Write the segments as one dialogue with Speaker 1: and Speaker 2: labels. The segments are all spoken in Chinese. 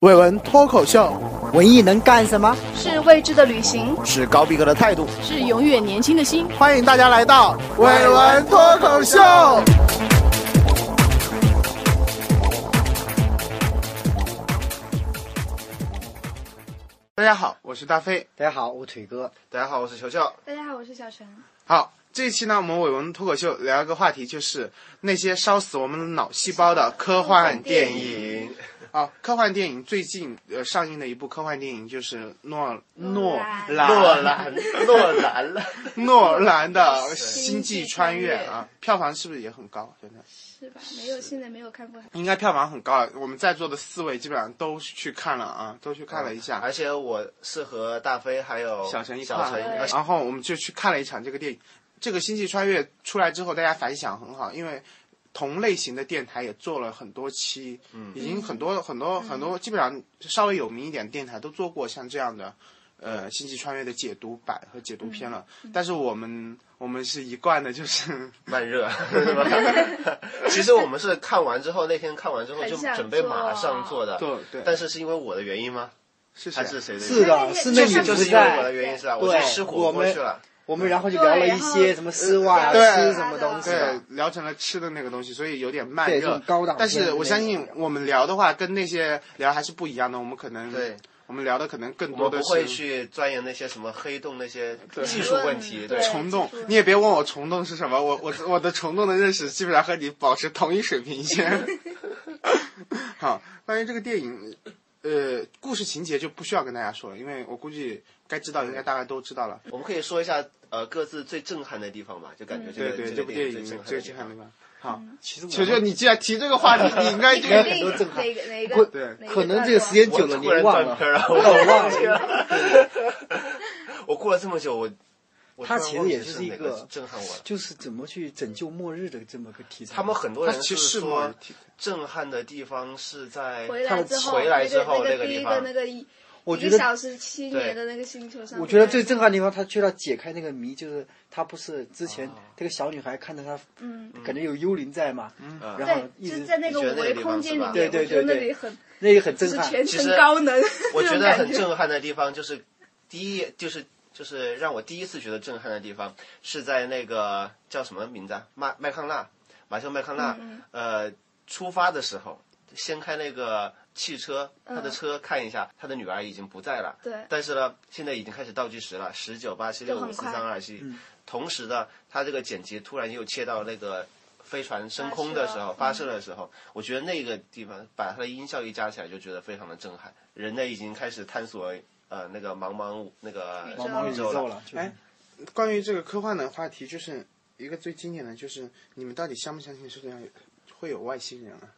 Speaker 1: 伟文脱口秀，
Speaker 2: 文艺能干什么？
Speaker 3: 是未知的旅行，
Speaker 4: 是高逼格的态度，
Speaker 5: 是永远年轻的心。
Speaker 1: 欢迎大家来到伟文脱口秀。大家好，我是大飞。
Speaker 2: 大家好，我腿哥。
Speaker 4: 大家好，我是球球。
Speaker 3: 大家好，我是小陈。
Speaker 1: 好，这一期呢，我们伟文脱口秀聊一个话题，就是那些烧死我们脑细胞的科幻电影。啊，科幻电影最近呃上映的一部科幻电影就是诺诺兰
Speaker 4: 诺兰，诺兰了，
Speaker 1: 诺兰的《星际穿越》啊，票房是不是也很高？真的
Speaker 3: 是吧？没有，现在没有看过。
Speaker 1: 应该票房很高了。啊我们在座的四位基本上都去看了啊，都去看了一下。
Speaker 4: 嗯而且我是和大飞还有
Speaker 1: 小陈一块
Speaker 4: 小陈呃一块
Speaker 1: 儿，然后我们就去看了一场这个电影。这个《星际穿越》出来之后，大家反响很好，因为同类型的电台也做了很多期，
Speaker 4: 嗯
Speaker 1: 已经很多很多很多，基本上稍微有名一点的电台都做过像这样的。呃，《星际穿越》的解读版和解读片了，但是我们我们是一贯的，就是
Speaker 4: 慢 热，是 吧？其实我们是看完之后，那天看完之后就
Speaker 3: 很想
Speaker 4: 准备马上做的，
Speaker 1: 做对
Speaker 4: 但是是因为我的原因吗？
Speaker 1: 是谁
Speaker 4: 还是谁的？
Speaker 2: 是的，是那
Speaker 4: 就
Speaker 2: 你
Speaker 4: 是
Speaker 2: 不
Speaker 4: 就是因为我的
Speaker 2: 在，
Speaker 4: 原因是吧？啊
Speaker 2: 对
Speaker 4: 我去吃火锅去了，
Speaker 2: 我们然后就聊了一
Speaker 3: 对
Speaker 2: 些
Speaker 3: 然后
Speaker 2: 什么丝袜啊、
Speaker 1: 对
Speaker 2: 吃什么东西啊，
Speaker 1: 对，聊成了吃的那个东西，所以有点慢
Speaker 2: 对这
Speaker 1: 热
Speaker 2: 种。高档片
Speaker 1: 但是我相信我们聊的话，跟那些聊还是不一样的。我们可能
Speaker 4: 对，
Speaker 1: 我们聊的可能更
Speaker 4: 我
Speaker 1: 多的
Speaker 4: 不
Speaker 1: 是
Speaker 4: 会去钻研那些什么黑洞那些技术问题，
Speaker 3: 嗯
Speaker 4: 对
Speaker 3: 对
Speaker 1: 虫洞
Speaker 3: 就是。
Speaker 1: 你也别问我虫洞是什么，我我我的虫洞的认识基本上和你保持同一水平线。 好，关于这个电影，呃，故事情节就不需要跟大家说了，因为我估计该知道应该大概都知道了。
Speaker 4: 我们可以说一下呃各自最震撼的地方吧，就感觉这
Speaker 1: 对
Speaker 4: 个
Speaker 1: 对，
Speaker 4: 这
Speaker 1: 这
Speaker 4: 个
Speaker 1: 部
Speaker 4: 电
Speaker 1: 电影
Speaker 4: 最震撼
Speaker 1: 最
Speaker 4: 的
Speaker 1: 震
Speaker 4: 地
Speaker 1: 撼的地。
Speaker 4: 方
Speaker 1: 方。好，
Speaker 4: 嗯
Speaker 2: 其实我
Speaker 1: 球球，你既然提这个话题，你应该就
Speaker 3: 哪
Speaker 2: 多
Speaker 3: 个
Speaker 2: 正好
Speaker 3: 哪个哪
Speaker 2: 可
Speaker 3: 个哪
Speaker 2: 可能
Speaker 3: 段
Speaker 2: 这个
Speaker 3: 落
Speaker 2: 时间久
Speaker 4: 我
Speaker 2: 了，你
Speaker 4: 突然
Speaker 2: 忘
Speaker 4: 断
Speaker 2: 了，
Speaker 4: 片了，
Speaker 2: 我忘了。
Speaker 4: 我过了这么久，我我
Speaker 2: 它
Speaker 4: 突然
Speaker 2: 其实
Speaker 4: 忘记
Speaker 2: 也是
Speaker 4: 是
Speaker 2: 一
Speaker 4: 哪
Speaker 2: 个
Speaker 4: 震撼我了。
Speaker 2: 就是怎么去拯救末日的这么个题材。
Speaker 4: 他们很多
Speaker 1: 他
Speaker 4: 人
Speaker 1: 其
Speaker 4: 是
Speaker 1: 实是摩尔
Speaker 4: 说
Speaker 1: 蒂克
Speaker 4: 震撼的地方是在
Speaker 3: 回来之后，
Speaker 4: 回来之后
Speaker 3: 那
Speaker 4: 那个
Speaker 3: 第
Speaker 4: 地
Speaker 3: 一
Speaker 4: 方
Speaker 3: 个那个一
Speaker 2: 我觉
Speaker 3: 一个
Speaker 2: 得，
Speaker 3: 小时七年的那个星球上面，
Speaker 2: 我觉得最震撼的地方，他去到解开那个谜，就是他不是之前这个小女孩看到他
Speaker 3: 嗯，
Speaker 2: 感觉有幽灵在嘛，
Speaker 4: 嗯
Speaker 2: 然后一
Speaker 3: 对，就
Speaker 2: 直
Speaker 3: 在那个
Speaker 4: 你觉
Speaker 3: 五
Speaker 4: 得那个
Speaker 3: 维
Speaker 4: 地方
Speaker 3: 空间里面，
Speaker 4: 是吧
Speaker 2: 对对
Speaker 3: 我觉得那
Speaker 2: 对对
Speaker 3: 里很
Speaker 2: 那个很
Speaker 3: 就
Speaker 2: 震
Speaker 3: 是
Speaker 2: 撼。
Speaker 3: 全
Speaker 4: 其
Speaker 3: 程
Speaker 4: 实
Speaker 3: 高 能，
Speaker 4: 我
Speaker 3: 这
Speaker 4: 觉
Speaker 3: 种
Speaker 4: 得
Speaker 3: 感
Speaker 4: 很震撼的地方就是第一就是就是让我第一次觉得震撼的地方是在那个叫什么名字啊？麦麦康纳，马修麦康纳，
Speaker 3: 嗯
Speaker 4: 呃，出发的时候先开那个汽车，他
Speaker 3: 嗯
Speaker 4: 的车看一下，他的女儿已经不在了。
Speaker 3: 对
Speaker 4: 但是呢，现在已经开始倒计时了，十九、八、七、六、
Speaker 3: 就
Speaker 4: 五、
Speaker 3: 很
Speaker 4: 四、
Speaker 3: 快
Speaker 4: 三、二、一。同时呢，他这个剪辑突然又切到那个飞船升空的时候，发
Speaker 3: 发射嗯
Speaker 4: 射的时候，我觉得那个地方把它的音效一加起来，就觉得非常的震撼。人类已经开始探索呃那个茫茫那个
Speaker 3: 宇宙
Speaker 2: 茫茫宇
Speaker 4: 宙
Speaker 2: 宙了，就是
Speaker 1: 哎关于这个科幻的话题，就是一个最经典的，就是你们到底相不相信世界上有会有外星人啊？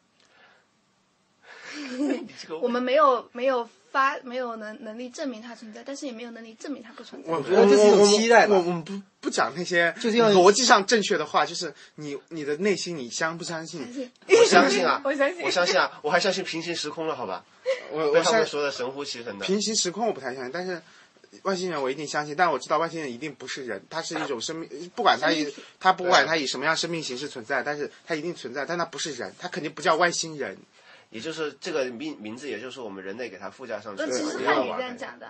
Speaker 4: 这个
Speaker 3: 我们没有没有发没有能能力证明它存在，但是也没有能力证明它不存在。，
Speaker 2: 觉得这是一种期待吧
Speaker 1: 我我我们不不讲那些
Speaker 2: 就是要
Speaker 1: 逻辑上正确的话，就是你你的内心你相不相信？
Speaker 4: 我相信啊
Speaker 3: 我相信
Speaker 4: 我相信啊，我还相信平行时空了，好吧？
Speaker 1: 我
Speaker 4: 被
Speaker 1: 我
Speaker 4: 他
Speaker 1: 相
Speaker 4: 们说的神乎其神的。
Speaker 1: 平行时空我不太相信，但是。外星人我一定相信，但我知道外星人一定不是人，它是一种生命，不管它以它不管它以什么样生命形式存在，但是它一定存在，但它不是人，它肯定不叫外星人。
Speaker 4: 也就是这个名名字，也就是我们人类给它附加上去
Speaker 3: 呃，
Speaker 4: 的。
Speaker 3: 其实是
Speaker 4: 也
Speaker 3: 汉
Speaker 4: 有
Speaker 3: 语
Speaker 4: 玩
Speaker 3: 这
Speaker 4: 的
Speaker 3: 样讲的，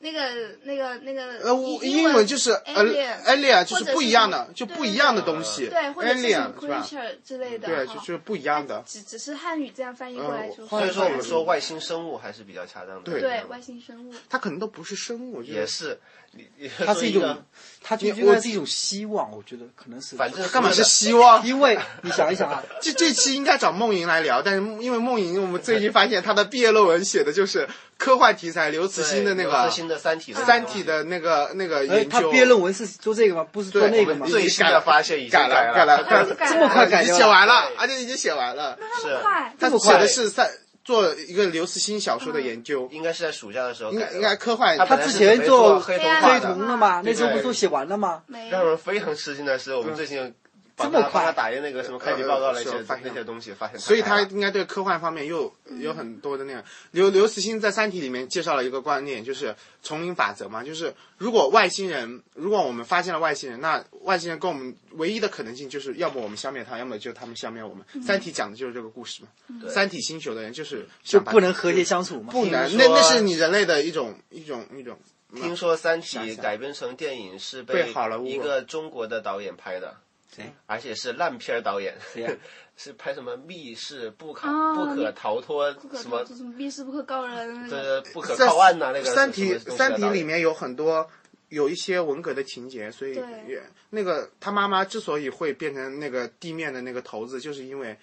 Speaker 3: 那个那个那个
Speaker 1: 呃，我英文就是呃
Speaker 3: alien
Speaker 1: alien 就
Speaker 3: 或者
Speaker 1: 是
Speaker 3: 是
Speaker 1: 不一样的，
Speaker 3: 对
Speaker 1: 就不一样的东西
Speaker 3: 对，或者是什么
Speaker 1: ，alien 是吧？
Speaker 3: creature 之类的，
Speaker 1: 对，
Speaker 3: 哈
Speaker 1: 就就是不一样的。
Speaker 3: 只只是汉语这样翻译过来
Speaker 1: 嗯
Speaker 3: 就。
Speaker 4: 所
Speaker 1: 所
Speaker 4: 以说，我们说外星生物还是比较恰当的。嗯
Speaker 1: 对
Speaker 3: 对外星生 物，
Speaker 1: 它可能都不是生物，我觉
Speaker 4: 也
Speaker 1: 得
Speaker 4: 是，你你
Speaker 2: 它
Speaker 4: 它
Speaker 2: 是
Speaker 4: 一
Speaker 2: 一
Speaker 4: 个
Speaker 2: 种，它就
Speaker 1: 你
Speaker 2: 应
Speaker 1: 我
Speaker 2: 该是一种希望，我觉得可能是。
Speaker 4: 反正
Speaker 1: 干嘛是
Speaker 4: 是
Speaker 1: 希望？
Speaker 2: 因为你想一想啊，
Speaker 1: 这这期应该找梦莹来聊，但是因为梦莹，我们最近发现她的毕业论文写的就是科幻题材，刘慈欣的那个
Speaker 4: 最新的《三体》
Speaker 1: 《三体》。的那个那个
Speaker 2: 哎，
Speaker 1: 研
Speaker 2: 他
Speaker 1: 究。
Speaker 2: 毕业论文是做这个吗？不是做
Speaker 1: 对
Speaker 2: 那
Speaker 4: 我
Speaker 2: 个
Speaker 4: 们
Speaker 2: 吗？
Speaker 4: 最新的发现已经
Speaker 1: 改了，
Speaker 4: 改
Speaker 1: 了，改
Speaker 3: 改了
Speaker 1: 了，
Speaker 3: 这么
Speaker 2: 快改
Speaker 1: 啊已经
Speaker 2: 掉了
Speaker 1: 写完了
Speaker 4: 对，
Speaker 1: 而且已经写完了。
Speaker 4: 是
Speaker 3: 快，
Speaker 1: 他
Speaker 2: 这么
Speaker 1: 写
Speaker 2: 快
Speaker 1: 的是三做一个刘慈欣小说的研究，
Speaker 4: 应该是在暑假的时
Speaker 2: 嗯
Speaker 4: 候
Speaker 1: 应
Speaker 4: 改
Speaker 1: 该
Speaker 4: 的。
Speaker 1: 应该科幻。
Speaker 4: 他
Speaker 2: 他
Speaker 4: 本来
Speaker 2: 之
Speaker 4: 是
Speaker 2: 前
Speaker 4: 准备
Speaker 2: 做
Speaker 4: 黑
Speaker 3: 黑
Speaker 4: 童
Speaker 3: 化
Speaker 2: 推
Speaker 4: 话
Speaker 3: 的
Speaker 2: 同了嘛，那时候不
Speaker 4: 对
Speaker 2: 是都写完了吗？
Speaker 3: 没
Speaker 4: 让人非常吃惊的是，我
Speaker 1: 嗯
Speaker 4: 们最近把
Speaker 2: 这么
Speaker 4: 他
Speaker 2: 快
Speaker 4: 把他打印那个什么开启报告那些
Speaker 1: 呃是发现
Speaker 4: 那些东西，发现
Speaker 1: 所以
Speaker 4: 他
Speaker 1: 他应该对科幻方面又有很多的那样。刘刘慈欣在《三体》里面介绍了一个观念，就是丛林法则嘛，就是如果外星人，如果我们发现了外星人，那外星人跟我们唯一的可能性就是要么我们消灭他，要么就他们消灭我们。三体》讲的就是这个故事嘛，三体》星球的人就是
Speaker 2: 就
Speaker 1: 想把
Speaker 2: 不能和谐啊相处嘛。
Speaker 1: 不能，
Speaker 4: 听
Speaker 1: 那
Speaker 4: 说
Speaker 1: 那是你人类的一种一种一种。
Speaker 4: 听说《三体
Speaker 1: 想》想
Speaker 4: 改编成电影是
Speaker 1: 被好莱坞
Speaker 4: 一个中国的导演拍的，
Speaker 2: 谁？
Speaker 4: 而且是烂片儿导演，
Speaker 2: 谁呀
Speaker 4: 是拍什么密室不可
Speaker 3: 啊
Speaker 4: 不可逃脱
Speaker 3: 不可
Speaker 4: 什
Speaker 3: 多
Speaker 4: 么
Speaker 3: 就什么密室不可告人，
Speaker 4: 呃不可靠岸呐那个
Speaker 1: 三体
Speaker 4: 什》么东西的
Speaker 1: 三体
Speaker 4: 导演
Speaker 1: 里面有很多有一些文革的情节，所以
Speaker 3: 对
Speaker 1: 也那个他妈妈之所以会变成那个地面的那个头子，就是因为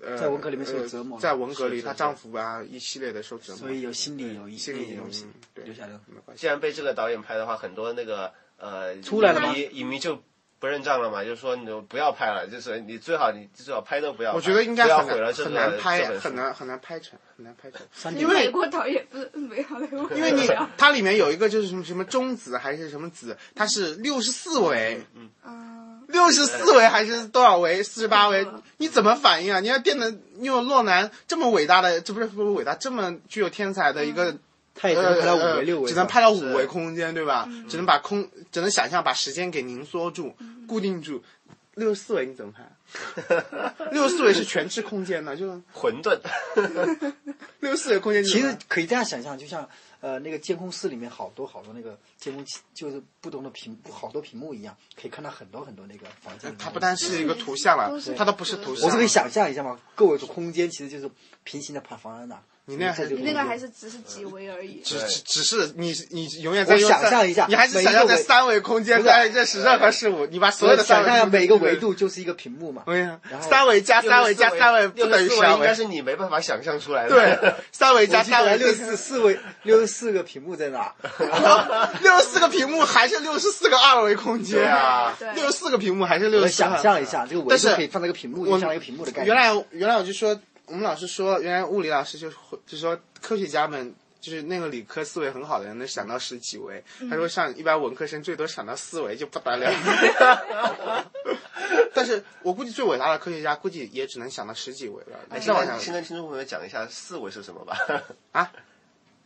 Speaker 1: 呃
Speaker 2: 在文革里面受折磨
Speaker 1: 呃在文革
Speaker 4: 是
Speaker 1: 里
Speaker 4: 是
Speaker 1: 她
Speaker 4: 是
Speaker 1: 丈夫啊一系列的受折磨，
Speaker 2: 所以有心理有一
Speaker 1: 心理
Speaker 2: 有
Speaker 1: 有
Speaker 2: 一些
Speaker 1: 对
Speaker 2: 留下的。
Speaker 1: 没关系。
Speaker 4: 既然被这个导演拍的话，很多那个呃
Speaker 2: 出来了吗
Speaker 4: 影迷影迷就不认账了嘛，就说你就不要拍了，就是你最好你最好拍都不要拍。
Speaker 1: 我觉得应该
Speaker 4: 不要
Speaker 1: 很
Speaker 4: 毁
Speaker 1: 难
Speaker 4: 了这个
Speaker 1: 很难
Speaker 4: 这
Speaker 1: 拍，
Speaker 4: 本书
Speaker 1: 很难很难拍成，很难拍成。
Speaker 2: 三
Speaker 3: 因
Speaker 2: 点
Speaker 3: 为美国导演不是美好莱坞，
Speaker 1: 因为你 它里面有一个就是什么什么中子还是什么子，它是六十四维，
Speaker 3: 嗯，
Speaker 1: 六十四维还是多少维？四十八维
Speaker 3: 嗯？
Speaker 1: 你怎么反应啊？你要变得你有洛南这么伟大的，这不是不是伟大，这么具有天才的一
Speaker 3: 嗯
Speaker 1: 个，
Speaker 2: 他也
Speaker 1: 呃
Speaker 2: 哎只能拍到五
Speaker 1: 呃
Speaker 2: 维六维吧，
Speaker 1: 只能拍到五维空间，对吧？
Speaker 3: 嗯
Speaker 1: 只能把空，只能想象把时间给凝缩住、固定住。六十四维你怎么 拍？六十四维是全知空间的，就
Speaker 4: 混沌，
Speaker 1: 六十四维空间你
Speaker 2: 其
Speaker 1: 怎么
Speaker 2: 实
Speaker 1: 拍。
Speaker 2: 可以这样想象，就像呃那个监控室里面好多好多那个监控器，就是不同的屏好多屏幕一样，可以看到很多很多那个房间里面的东西。
Speaker 1: 它不单是一个图像了
Speaker 3: 都是，
Speaker 1: 它都不是图像。
Speaker 2: 我是可以，想象一下嘛，各位的空间其实就是平行的盘房在哪？
Speaker 1: 你那还
Speaker 2: 这就
Speaker 1: 你
Speaker 3: 你那个还是只是几维而已。
Speaker 1: 只
Speaker 4: 对
Speaker 1: 只只是你你永远在
Speaker 2: 我
Speaker 1: 用
Speaker 2: 想
Speaker 1: 三
Speaker 2: 象一下
Speaker 1: 你还是
Speaker 2: 每一
Speaker 1: 想象在
Speaker 2: 个维
Speaker 1: 三维空间
Speaker 2: 不是
Speaker 1: 在认识任何事物，你把所有的三
Speaker 2: 想
Speaker 1: 维
Speaker 2: 象
Speaker 1: 空间
Speaker 2: 每个
Speaker 1: 都
Speaker 2: 维。度就是一个屏幕嘛。
Speaker 1: 对呀
Speaker 2: 然，后
Speaker 1: 三维加三维加三维不
Speaker 4: 六
Speaker 1: 等
Speaker 4: 十
Speaker 1: 于
Speaker 4: 四维
Speaker 1: 三
Speaker 4: 应该
Speaker 1: 维。
Speaker 4: 是你没办法想象出来的。
Speaker 1: 对，三维
Speaker 2: 我
Speaker 1: 加
Speaker 2: 记得
Speaker 1: 三维
Speaker 2: 六十四位六十四个屏幕在哪？
Speaker 1: 六十四个屏幕还是六十四个二维空间
Speaker 4: 对啊
Speaker 3: 对
Speaker 1: 六十四个屏幕还是六
Speaker 2: 我
Speaker 1: 十四。
Speaker 2: 想象一下，这个维
Speaker 1: 但
Speaker 2: 度
Speaker 1: 是
Speaker 2: 可以放到一个屏幕，
Speaker 1: 我
Speaker 2: 就像一个屏幕的概念。
Speaker 1: 原来原来我就说，我们老师说，原来物理老师就是会就说科学家们。就是那个理科思维很好的人，能想到十几维。他说，像一般文科生最多想到四维就不得了。但是我估计最伟大的科学家，估计也只能想到十几维了。
Speaker 4: 哎，
Speaker 1: 再
Speaker 4: 先
Speaker 1: 往
Speaker 4: 跟
Speaker 1: 下
Speaker 4: 先跟听众朋友们讲一下四维是什么吧。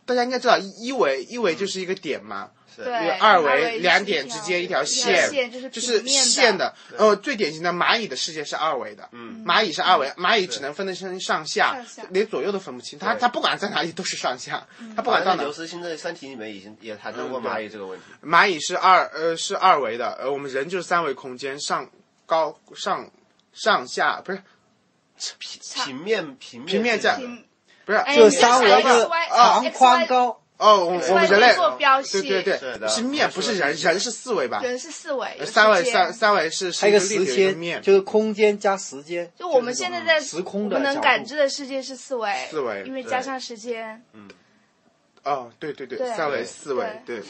Speaker 1: 大家应该知道，一一维一维就是一个点嘛，
Speaker 3: 对，
Speaker 1: 因为
Speaker 3: 二
Speaker 1: 二维两
Speaker 3: 点
Speaker 1: 点之间一条
Speaker 3: 线，就是
Speaker 1: 就是
Speaker 3: 平面
Speaker 1: 线。的。呃，最典型的蚂蚁的世界是二维的，
Speaker 4: 嗯
Speaker 1: 蚂蚁是二维，蚂蚁只能分得清上下
Speaker 3: 上下，
Speaker 1: 连左右都分不清。它
Speaker 4: 对
Speaker 1: 它不管在哪里都是上下，它不
Speaker 4: 好
Speaker 1: 管到
Speaker 4: 像
Speaker 1: 哪
Speaker 4: 刘，慈欣在《三体》里面已经也谈到过
Speaker 1: 啊嗯对
Speaker 4: 蚂蚁这个问题。
Speaker 1: 蚂蚁是二呃是二维的，呃我们人就是三维空间，上高上上下不是
Speaker 3: 差
Speaker 4: 平面平面
Speaker 1: 平面价
Speaker 3: 平
Speaker 1: 不是
Speaker 3: 哎
Speaker 2: 就
Speaker 3: 你
Speaker 2: 三维
Speaker 3: 就是
Speaker 2: 的
Speaker 3: XY
Speaker 2: 长
Speaker 3: XY
Speaker 2: 宽高，
Speaker 1: 哦我我们人类
Speaker 3: 做标系
Speaker 1: 对对
Speaker 4: 是
Speaker 1: 对
Speaker 4: 的
Speaker 1: 是面不是人人是四维吧？
Speaker 3: 人是四维，有
Speaker 1: 啊三维
Speaker 3: 时间
Speaker 1: 三。三维是
Speaker 2: 还有一个
Speaker 1: 是立
Speaker 2: 时
Speaker 1: 体的一个面
Speaker 2: 间，就是空间加时间。
Speaker 3: 就我们现在在
Speaker 2: 时空
Speaker 3: 我
Speaker 2: 的
Speaker 3: 们能
Speaker 2: 角
Speaker 3: 感
Speaker 2: 度
Speaker 3: 知的世界是四维，
Speaker 1: 四维
Speaker 3: 因为
Speaker 4: 对
Speaker 3: 加上时间，
Speaker 1: 哦，对对对，
Speaker 3: 对
Speaker 1: 三维、
Speaker 4: 对
Speaker 1: 四维，对。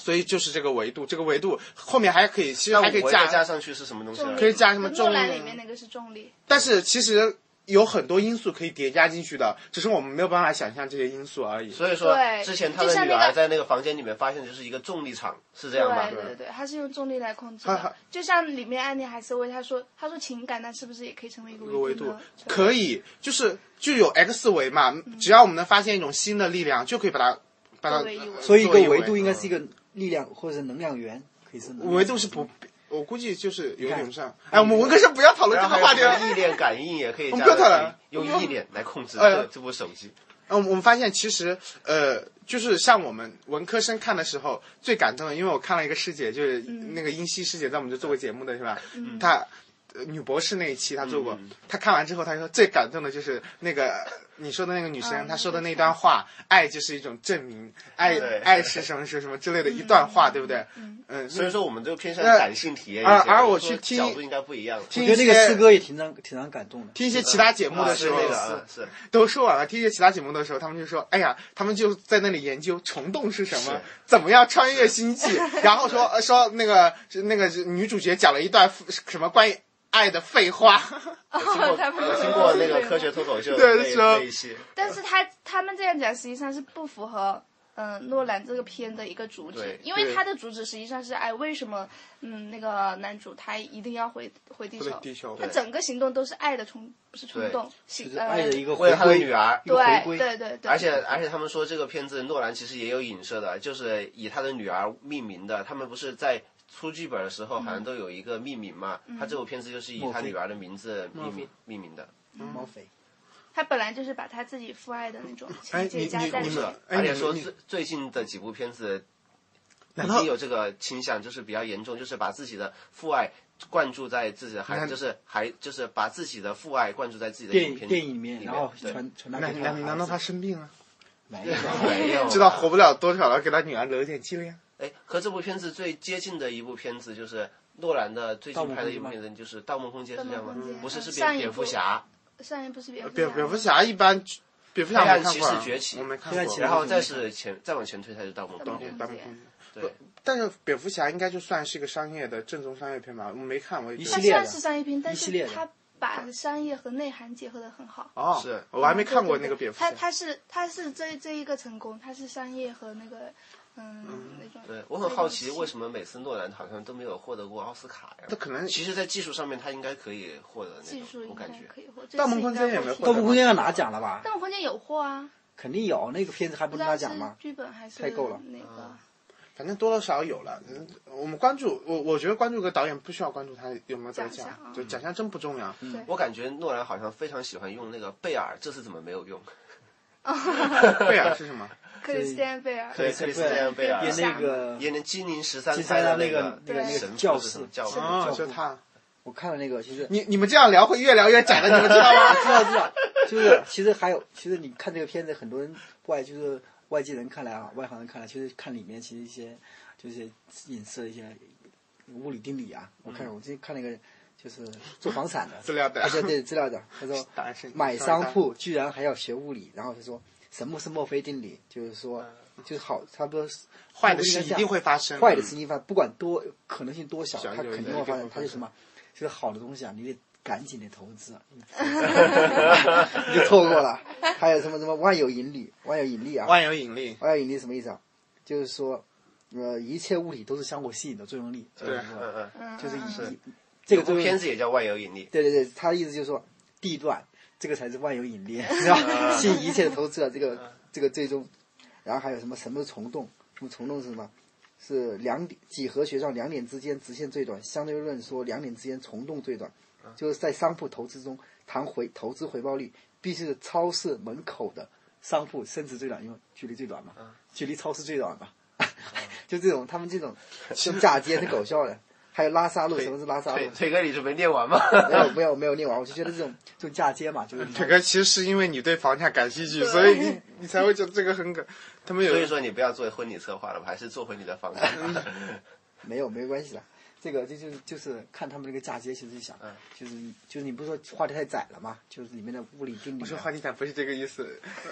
Speaker 1: 所以就是这个维度，这个维度后面还可以，其实
Speaker 4: 那
Speaker 1: 还可以
Speaker 4: 五维
Speaker 1: 加
Speaker 4: 再加上去是什么东西啊
Speaker 3: 重
Speaker 4: 呢
Speaker 3: 力
Speaker 1: 可？以加什么
Speaker 3: 就
Speaker 1: 重
Speaker 3: 诺兰
Speaker 1: 力
Speaker 3: 里面那个是重力，
Speaker 1: 但是其实有很多因素可以叠加进去的，只是我们没有办法想象这些因素而已。
Speaker 4: 所以说
Speaker 3: 对
Speaker 4: 之前他的
Speaker 3: 就像
Speaker 4: 女
Speaker 3: 那个
Speaker 4: 儿在那个房间里面发现就是一个重力场，是这
Speaker 3: 对
Speaker 4: 样吧？
Speaker 3: 对对，它是用重力来控制
Speaker 1: 哈哈
Speaker 3: 的。就像里面安妮海瑟薇她说，她说情感，那是不是也可以成为一个
Speaker 1: 一个维度
Speaker 3: 度呢？
Speaker 1: 可以，就是就有 x 维嘛，只要我们能发现一种新的力量，就可以把它把它
Speaker 3: 作为一维。
Speaker 2: 所以一个
Speaker 1: 作为
Speaker 2: 维度应该
Speaker 1: 嗯
Speaker 2: 是一个力量或者是能量源，可以是能量
Speaker 1: 维度是不，我估计就是有点
Speaker 2: 看
Speaker 1: 像。哎，我们文科生不要讨论这
Speaker 4: 然
Speaker 1: 个
Speaker 4: 后
Speaker 1: 话
Speaker 4: 还
Speaker 1: 题
Speaker 4: 有
Speaker 1: 了
Speaker 4: 什。啊么意念感应也可以
Speaker 1: 我们
Speaker 4: 加上
Speaker 1: 不要讨论
Speaker 4: 去，用意念来控 制
Speaker 1: 哎
Speaker 4: 这这部手机。
Speaker 1: 嗯，我们发现其实呃，就是像我们文科生看的时候最感动的，因为我看了一个师姐，就是那个英熙师姐，在我们这做过节目的是吧？她。呃女博士那一期她做过，
Speaker 4: 嗯
Speaker 1: 她看完之后她说最感动的就是那个你说的啊那个女生
Speaker 3: 嗯
Speaker 1: 她说的那段话，爱就是一种证明，爱
Speaker 4: 对
Speaker 1: 爱是什么什么什么之类的一段话，对不对？嗯，
Speaker 4: 所以说我们就偏向
Speaker 1: 那
Speaker 4: 感性体验一些，
Speaker 1: 而而我去
Speaker 4: 说
Speaker 1: 听
Speaker 4: 角度应该不一样。
Speaker 1: 听
Speaker 2: 我
Speaker 1: 一
Speaker 2: 觉得那
Speaker 1: 些
Speaker 2: 个师哥也挺让挺让感动的。
Speaker 1: 听一些其他节目
Speaker 4: 啊
Speaker 1: 的时
Speaker 4: 是
Speaker 1: 候，
Speaker 4: 那个啊是
Speaker 1: 都说完了，听一些其他节目的时候，他们就说：“哎呀，他们就在那里研究虫洞是什么
Speaker 4: 是，
Speaker 1: 怎么样穿越星 际。”然后说呃说那个是那个是女主角讲了一段什么关于爱的废话，
Speaker 4: 听 过
Speaker 3: 他们
Speaker 4: 有听过那个科学脱口秀
Speaker 1: 对啊
Speaker 4: 那
Speaker 1: 说
Speaker 4: 那一期，
Speaker 3: 但是他他们这样讲实际上是不符合嗯诺兰这个片的一个主旨
Speaker 4: 对，
Speaker 3: 因为
Speaker 1: 对
Speaker 3: 他的主旨实际上是哎为什么嗯那个男主他一定要回回地
Speaker 1: 回
Speaker 3: 球，
Speaker 1: 地球
Speaker 3: 他整个行动都是爱的冲，不是冲
Speaker 4: 对
Speaker 3: 动，
Speaker 2: 就
Speaker 3: 行
Speaker 2: 是
Speaker 3: 呃
Speaker 2: 爱的一个
Speaker 4: 为
Speaker 2: 回
Speaker 4: 了他的
Speaker 2: 归
Speaker 4: 女儿。
Speaker 2: 一个回
Speaker 3: 对
Speaker 2: 归
Speaker 3: 对对对，
Speaker 4: 而且而且他们说这个片子诺兰其实也有影射的，就是以他的女儿命名的。他们不是在出剧本的时候好像都有一个命名嘛？他这部片子就是以
Speaker 2: 莫
Speaker 4: 他
Speaker 2: 非
Speaker 4: 女儿的名字命
Speaker 1: 莫非
Speaker 4: 名命名的。
Speaker 2: 毛肥，
Speaker 3: 他本来就是把他自己父爱的那种
Speaker 1: 哎
Speaker 3: 情节
Speaker 1: 你
Speaker 3: 加
Speaker 1: 你
Speaker 3: 在
Speaker 1: 你
Speaker 3: 里
Speaker 1: 们
Speaker 3: 面。
Speaker 1: 哎
Speaker 4: 而且
Speaker 1: 你
Speaker 4: 说
Speaker 1: 你
Speaker 4: 最最近的几部片子
Speaker 1: 难
Speaker 4: 已
Speaker 1: 道
Speaker 4: 经有这个倾向，就是比较严重，就是把自己的父爱灌注在自己的孩，
Speaker 1: 那
Speaker 4: 就是还就是把自己的父爱灌注在
Speaker 1: 嗯
Speaker 4: 自己的
Speaker 2: 电
Speaker 4: 影
Speaker 2: 影
Speaker 4: 片
Speaker 2: 电影里面，
Speaker 4: 里
Speaker 2: 然后
Speaker 4: 对
Speaker 2: 传传达
Speaker 1: 难
Speaker 2: 给他的孩
Speaker 1: 难
Speaker 2: 子。
Speaker 1: 难道他生病了？
Speaker 2: 没有？
Speaker 4: 没有
Speaker 1: 知道活不了多少了，给他女儿留一点纪念。
Speaker 4: 哎，和这部片子最接近的一部片子就是诺兰的最近拍的一部片子，就是《盗梦空间》，
Speaker 3: 盗
Speaker 4: 是这
Speaker 3: 梦
Speaker 4: 样吗
Speaker 3: 空间？
Speaker 4: 不是，是
Speaker 3: 嗯
Speaker 4: 蝙
Speaker 3: 上一
Speaker 4: 蝙蝠
Speaker 3: 部
Speaker 4: 侠，
Speaker 3: 上一部是蝙蝠
Speaker 1: 呃蝙
Speaker 3: 侠
Speaker 1: 蝙蝠侠一般，蝙蝠侠
Speaker 4: 黑暗
Speaker 1: 没看
Speaker 4: 骑
Speaker 1: 过
Speaker 4: 士
Speaker 1: 啊
Speaker 4: 崛起
Speaker 1: 我没看
Speaker 2: 黑暗
Speaker 1: 过
Speaker 2: 骑。
Speaker 4: 然后再是前再往前推才是《盗梦
Speaker 3: 盗梦
Speaker 4: 空间》。
Speaker 1: 咱们
Speaker 3: 空间
Speaker 4: 对，
Speaker 1: 但是蝙蝠侠应该就算是一个商业的正宗商业片吧，我没看，我也觉
Speaker 2: 一系
Speaker 3: 它
Speaker 1: 得
Speaker 2: 列的
Speaker 3: 算是商业片，但
Speaker 2: 一系列
Speaker 3: 是
Speaker 2: 的
Speaker 3: 它把商业和内涵结合的很好。
Speaker 1: 哦，
Speaker 4: 是
Speaker 1: 我还没看过
Speaker 3: 对
Speaker 1: 那
Speaker 3: 对
Speaker 1: 个
Speaker 3: 对
Speaker 1: 蝙蝠
Speaker 3: 它
Speaker 1: 侠。
Speaker 3: 它是它是这这一个成功，它是商业和那个嗯那种。
Speaker 4: 对我很好奇，为什么每次诺兰好像都没有获得过奥斯卡呀
Speaker 1: 他？可能
Speaker 4: 其实，在技术上面，他应该可以获得那
Speaker 3: 技术
Speaker 4: 种，我
Speaker 3: 应该
Speaker 4: 感觉。
Speaker 3: 可以获。
Speaker 1: 盗梦空间也没获得
Speaker 2: 盗梦空间要拿奖了吧？
Speaker 3: 盗梦空间有获啊，
Speaker 2: 肯定有，那个片子还不
Speaker 3: 不
Speaker 2: 是
Speaker 3: 知
Speaker 2: 拿
Speaker 3: 道
Speaker 2: 奖
Speaker 3: 是
Speaker 2: 吗？
Speaker 3: 剧本还是
Speaker 2: 太够了
Speaker 3: 那个
Speaker 1: 反正多多少少有了。嗯我们关注我，我觉得关注个导演不需要关注他有没有得
Speaker 3: 奖
Speaker 1: 奖，
Speaker 3: 项啊
Speaker 1: 就奖项真不重
Speaker 2: 嗯
Speaker 1: 要。
Speaker 3: 对。
Speaker 4: 我感觉诺兰好像非常喜欢用那个贝尔，这次怎么没有用？嗯
Speaker 1: 贝尔啊是什么？
Speaker 3: 克里斯蒂安贝尔，
Speaker 4: 对克里斯蒂安贝尔
Speaker 2: 演那个
Speaker 4: 演那《精灵十三
Speaker 2: 金
Speaker 4: 钗
Speaker 2: 三》
Speaker 4: 的
Speaker 2: 郎那
Speaker 4: 个
Speaker 2: 个那个那
Speaker 3: 对
Speaker 2: 个
Speaker 4: 神
Speaker 2: 教
Speaker 4: 父是什
Speaker 2: 士
Speaker 4: 么教父
Speaker 2: 是？
Speaker 1: 哦，
Speaker 2: 教
Speaker 1: 就
Speaker 2: 父。
Speaker 1: 他。
Speaker 2: 我看了那个，其实
Speaker 1: 你你们这样聊会越聊越窄的，你们知道吗？
Speaker 2: 知道知道，就是其实还有，其实你看这个片子，很多人外就是外界人看来啊，外行人看来，其实看里面其实一些就是影射一些物理定理啊。我看我最近看了一个就是做房产的
Speaker 1: 资料的
Speaker 2: 而且对资料的，他说
Speaker 1: 当然是
Speaker 2: 买商铺居然还要学物理，然后他说什么是墨菲定理，就是说就是好，差不多是
Speaker 1: 坏的事一定会发生，
Speaker 2: 坏的事情发，不管多可能性多小，
Speaker 1: 小
Speaker 2: 它
Speaker 1: 有一
Speaker 2: 肯定
Speaker 1: 个
Speaker 2: 会发
Speaker 1: 一定会。发
Speaker 2: 生它就
Speaker 1: 生
Speaker 2: 什么，就是好的东西啊，你得赶紧的投资，啊 你就错过了。还有什么什么万有引力，万有引力啊，
Speaker 1: 万有引力。
Speaker 2: 万有引力什么意思啊？就是说，呃，一切物体都是相互吸引的作用力，
Speaker 1: 对
Speaker 4: 嗯嗯嗯，
Speaker 2: 就是
Speaker 3: 嗯嗯
Speaker 2: 以
Speaker 4: 是
Speaker 2: 这
Speaker 4: 有
Speaker 2: 个作
Speaker 4: 部
Speaker 2: 用
Speaker 4: 片子也叫《万有引力》。
Speaker 2: 对对对，他的意思就是说，地段这个才是万有引力， 是
Speaker 1: 呃
Speaker 2: 吧？吸引一切的投资者，这个这个最终，然后还有什么什么是虫洞？什么虫洞是什么？是两点几何学上两点之间直线最短，相对论说两点之间虫洞最短，就是在商铺投资中谈回投资回报率，必须是超市门口的商铺升值最短，因为距离最短嘛，距离超市最短嘛， 就这种他们这种这种嫁接是搞笑的。还有拉萨路，什么是拉
Speaker 1: 嗯
Speaker 2: 萨路
Speaker 4: 腿？腿哥，你准备念完吗？
Speaker 2: 没有没有没有念完，我就觉得这种这种嫁接嘛，就是
Speaker 1: 腿哥其实是因为你对房价感兴趣，所以你你才会觉得这个很可。他们有
Speaker 4: 所以说你不要做婚礼策划了吧，还是做回你的房子吧。
Speaker 1: 嗯
Speaker 2: 没有没关系的。这个这就是就是看他们这个嫁接，其实就想，
Speaker 1: 嗯
Speaker 2: 就是就是你不是说画的太窄了嘛，就是里面的物理定理啊。
Speaker 1: 我说话题展不是这个意思，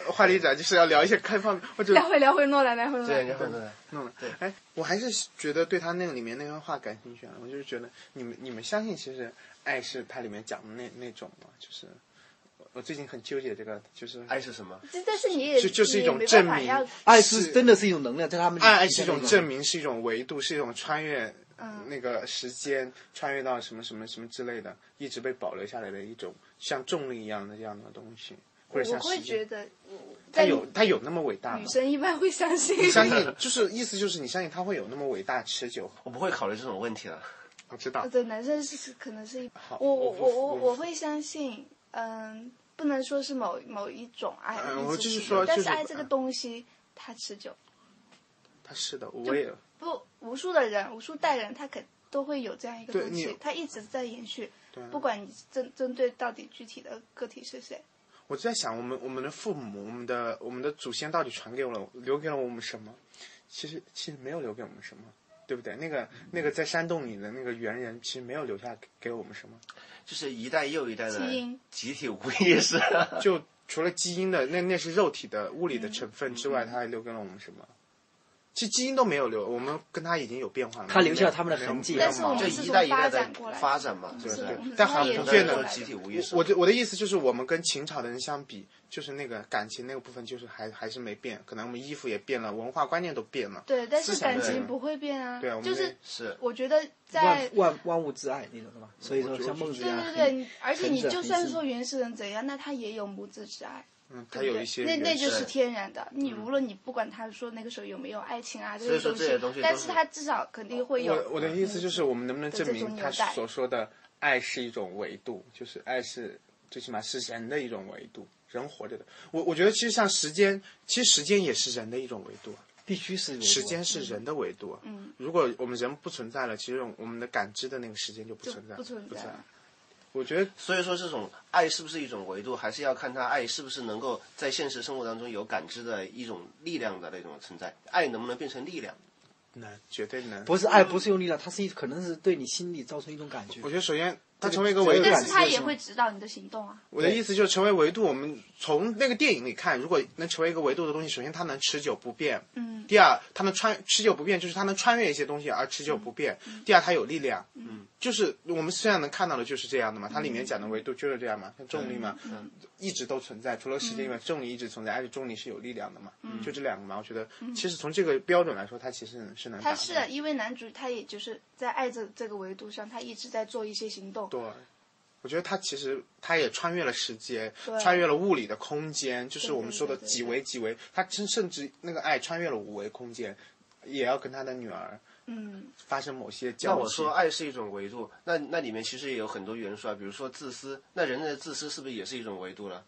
Speaker 1: 呃话题展就是要聊一些开放，或者
Speaker 3: 嗯聊回聊回诺兰，聊回诺
Speaker 4: 对，
Speaker 3: 兰。
Speaker 4: 然后呢？
Speaker 1: 弄了。哎，我还是觉得对他那个里面那段话感兴趣啊。我就是觉得你们你们相信，其实爱是他里面讲的那那种嘛，就是我我最近很纠结这个，就是
Speaker 4: 爱是什么？
Speaker 3: 这但是你也
Speaker 1: 就就是一种
Speaker 3: 你也没办
Speaker 1: 证
Speaker 3: 法
Speaker 1: 明
Speaker 3: 要
Speaker 2: 爱是
Speaker 1: 是
Speaker 2: 真的是一种能量，在他们
Speaker 1: 爱爱是一种
Speaker 2: 那
Speaker 1: 证明，是一种维度，是一种穿越
Speaker 3: 嗯，
Speaker 1: 那个时间穿越到什么什么什么之类的，一直被保留下来的一种像重力一样的这样的东西，或者
Speaker 3: 我
Speaker 1: 像
Speaker 3: 会
Speaker 1: 时
Speaker 3: 觉
Speaker 1: 间。
Speaker 3: 得，我
Speaker 1: 它
Speaker 3: 但
Speaker 1: 有它有那么伟大吗
Speaker 3: 女？生一般会相信。
Speaker 1: 相信就是意思就是你相信它会有那么伟大持久？
Speaker 4: 我不会考虑这种问题了。
Speaker 1: 我知道，
Speaker 3: 对，男生是可能是一，
Speaker 1: 好
Speaker 3: 呃我我
Speaker 1: 我不
Speaker 3: 我我
Speaker 1: 我
Speaker 3: 我会相信，嗯，不能说是某某一种爱，
Speaker 1: 嗯
Speaker 3: 一
Speaker 1: 我
Speaker 3: 直
Speaker 1: 就是
Speaker 3: 持久
Speaker 1: 说
Speaker 3: 但
Speaker 1: 就是是
Speaker 3: 爱这个
Speaker 1: 嗯
Speaker 3: 东西它持久，
Speaker 1: 它是的，我也
Speaker 3: 不，无数的人，无数代人，他肯都会有这样一个
Speaker 1: 对
Speaker 3: 东
Speaker 1: 你
Speaker 3: 西，他一直在延续，
Speaker 1: 对啊。
Speaker 3: 不管你针针对到底具体的个体是谁，
Speaker 1: 我就在想，我们我们的父母，我们的我们的祖先到底传给我了，留给了我们什么？其实其实没有留给我们什么，对不对？那个那个在山洞里的那个猿人，其实没有留下给给我们什么，
Speaker 4: 就是一代又一代的
Speaker 3: 基因
Speaker 4: 集体无 意识。
Speaker 2: 呃
Speaker 1: 就
Speaker 2: 嗯
Speaker 1: 除了基因的那那是肉体的物理的成分之外，它还留给了我们什么？其实基因都没有留，我们跟他已经有变化了。
Speaker 2: 他留下他们的痕迹
Speaker 1: 没有
Speaker 3: 但是我们
Speaker 4: 啊这
Speaker 1: 没有
Speaker 3: 是
Speaker 4: 一代一代
Speaker 3: 从发
Speaker 4: 的
Speaker 3: 展过来的
Speaker 4: 发展嘛，对不
Speaker 3: 是
Speaker 1: 对
Speaker 3: 的我们
Speaker 1: 但
Speaker 3: 从
Speaker 1: 很
Speaker 3: 业
Speaker 1: 不
Speaker 3: 余
Speaker 1: 见
Speaker 3: 过
Speaker 1: 得
Speaker 3: 来
Speaker 4: 集体无意识
Speaker 1: 我的我的意思就是，我们跟秦朝的人相比，就是那个感情那个部分，就是还还是没变。可能我们衣服也变了，文化观念都变了。
Speaker 3: 对，但
Speaker 1: 思
Speaker 3: 是
Speaker 1: 想
Speaker 3: 感
Speaker 1: 对
Speaker 3: 情不会变啊
Speaker 1: 对啊我，们
Speaker 3: 就是
Speaker 4: 是
Speaker 3: 我觉得在
Speaker 2: 万万万物之爱那种的嘛。所以说，
Speaker 4: 我
Speaker 2: 像孟子啊
Speaker 3: 对
Speaker 2: 呀，
Speaker 1: 啊
Speaker 3: 对 对，你而且
Speaker 2: 很
Speaker 3: 你
Speaker 2: 热
Speaker 3: 就
Speaker 2: 很
Speaker 3: 算
Speaker 2: 深
Speaker 3: 说原始人怎样，那他也有母子之爱，
Speaker 1: 嗯，它
Speaker 3: 对
Speaker 1: 有
Speaker 3: 不对
Speaker 1: 一些
Speaker 3: 那
Speaker 1: 原始
Speaker 3: 那
Speaker 1: 嗯
Speaker 3: 就是
Speaker 4: 对
Speaker 3: 天然的。你无论你不管他说那个时候有没有爱情啊这
Speaker 4: 所以
Speaker 3: 些
Speaker 4: 说这些东西
Speaker 3: 但
Speaker 4: 都
Speaker 3: 是
Speaker 4: 是
Speaker 3: 他至少肯定会有。嗯
Speaker 1: 我我的意思就是，我们能不能证
Speaker 3: 这
Speaker 1: 明
Speaker 3: 种纽
Speaker 1: 他
Speaker 3: 带
Speaker 1: 所说的爱是一种维度，就是爱是最起码是人的一种维度，人活着的。我我觉得其实像时间，其实时间也是人的一种维度啊，
Speaker 2: 必须是有
Speaker 1: 时间是人的维度啊。
Speaker 3: 嗯，
Speaker 1: 如果我们人不存在了，其实我们的感知的那个时间就不
Speaker 3: 就
Speaker 1: 存在，
Speaker 3: 不存在
Speaker 1: 在
Speaker 3: 了。
Speaker 1: 我觉得
Speaker 4: 所以说，这种爱是不是一种维度，还是要看他爱是不是能够在现实生活当中有感知的一种力量的那种存在。爱能不能变成力量？
Speaker 1: 难，绝对难。
Speaker 2: 不是爱，不是用力量，它是一可能是对你心里造成一种感觉
Speaker 1: 我。觉得首先它
Speaker 2: 这个
Speaker 1: 成为一个
Speaker 2: 这个
Speaker 1: 维度，
Speaker 2: 感
Speaker 3: 但是
Speaker 2: 知
Speaker 3: 他
Speaker 2: 是
Speaker 3: 也
Speaker 2: 吗
Speaker 3: 会指导你的行动啊。
Speaker 1: 我的意思就是成为维度。我们从那个电影里看，如果能成为一个维度的东西，首先它能持久不变，
Speaker 3: 嗯，
Speaker 1: 第二，它能穿持久不变，就是它能穿越一些东西而持久不变。第二，它有力量。嗯，就是我们现在能看到的就是这样
Speaker 3: 嗯
Speaker 1: 的嘛，它里面讲的维度就是这样嘛，像重力嘛，一直都存在，除了时间以外，重力一直存在，而且重力是有力量的嘛，
Speaker 3: 嗯
Speaker 1: 就这两个嘛，我觉得其实从这个标准来说，它其实是能达
Speaker 3: 他
Speaker 1: 到
Speaker 3: 嗯是啊因为男主他也就是在爱这这个维度上，他一直在做一些行动。
Speaker 1: 对。我觉得它其实它也穿越了时间，
Speaker 3: 对
Speaker 1: 穿越了物理的空间，就是我们说的
Speaker 3: 对对对对
Speaker 1: 几维几维，它甚甚至那个爱穿越了五维空间，也要跟他的女儿
Speaker 3: 嗯，
Speaker 1: 发生某些交
Speaker 4: 那
Speaker 1: 集。
Speaker 4: 我说爱是一种维度，那那里面其实也有很多元素啊，比如说自私，那人的自私是不是也是一种维度了？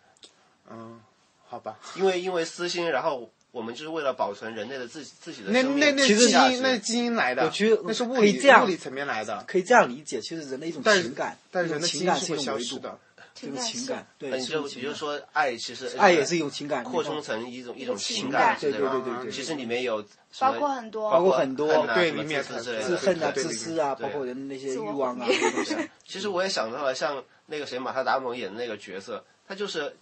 Speaker 1: 嗯，好吧，
Speaker 4: 因为因为私心，然后我们就是为了保存人类的自己自己的
Speaker 1: 那
Speaker 4: 生命
Speaker 1: 那那
Speaker 2: 其
Speaker 1: 基
Speaker 2: 实
Speaker 1: 因
Speaker 4: 价值
Speaker 1: 那是基因来的，
Speaker 2: 我觉得
Speaker 1: 那是物
Speaker 2: 可
Speaker 1: 理
Speaker 2: 以这样
Speaker 1: 物理层面来的，
Speaker 2: 可以这样理解，其实人的一种
Speaker 1: 但是
Speaker 2: 情感，
Speaker 1: 但是
Speaker 2: 一种
Speaker 1: 人的基
Speaker 2: 情
Speaker 1: 因
Speaker 2: 感
Speaker 1: 是
Speaker 2: 是
Speaker 1: 会
Speaker 2: 一种
Speaker 1: 消
Speaker 2: 维
Speaker 1: 失
Speaker 2: 度，
Speaker 1: 的。呃
Speaker 2: 这
Speaker 3: 情
Speaker 2: 种
Speaker 3: 感
Speaker 2: 情
Speaker 3: 是
Speaker 2: 感，对，
Speaker 4: 那你
Speaker 2: 是一种
Speaker 4: 就
Speaker 2: 情
Speaker 4: 你就
Speaker 2: 感
Speaker 4: 说爱其实呃
Speaker 2: 爱也是一种情感，
Speaker 4: 扩
Speaker 2: 你
Speaker 4: 充
Speaker 2: 看
Speaker 4: 成一种一
Speaker 3: 一
Speaker 4: 种
Speaker 3: 种
Speaker 4: 情
Speaker 3: 情
Speaker 4: 感
Speaker 3: 感，
Speaker 2: 对
Speaker 4: 吧
Speaker 2: 对对对对，
Speaker 4: 其实里面有什么
Speaker 3: 包括很多，
Speaker 2: 包括很多
Speaker 4: 恨啊
Speaker 1: 对
Speaker 4: 什么
Speaker 1: 里面
Speaker 4: 自私之类的
Speaker 2: 自恨啊、
Speaker 1: 对
Speaker 2: 自私啊，
Speaker 4: 对
Speaker 2: 包括人的那些
Speaker 3: 自我
Speaker 2: 欲望啊
Speaker 3: 毁，灭
Speaker 2: 这种东西
Speaker 4: 其实我也想到了，像那个谁马特达蒙演的那个角色，他就是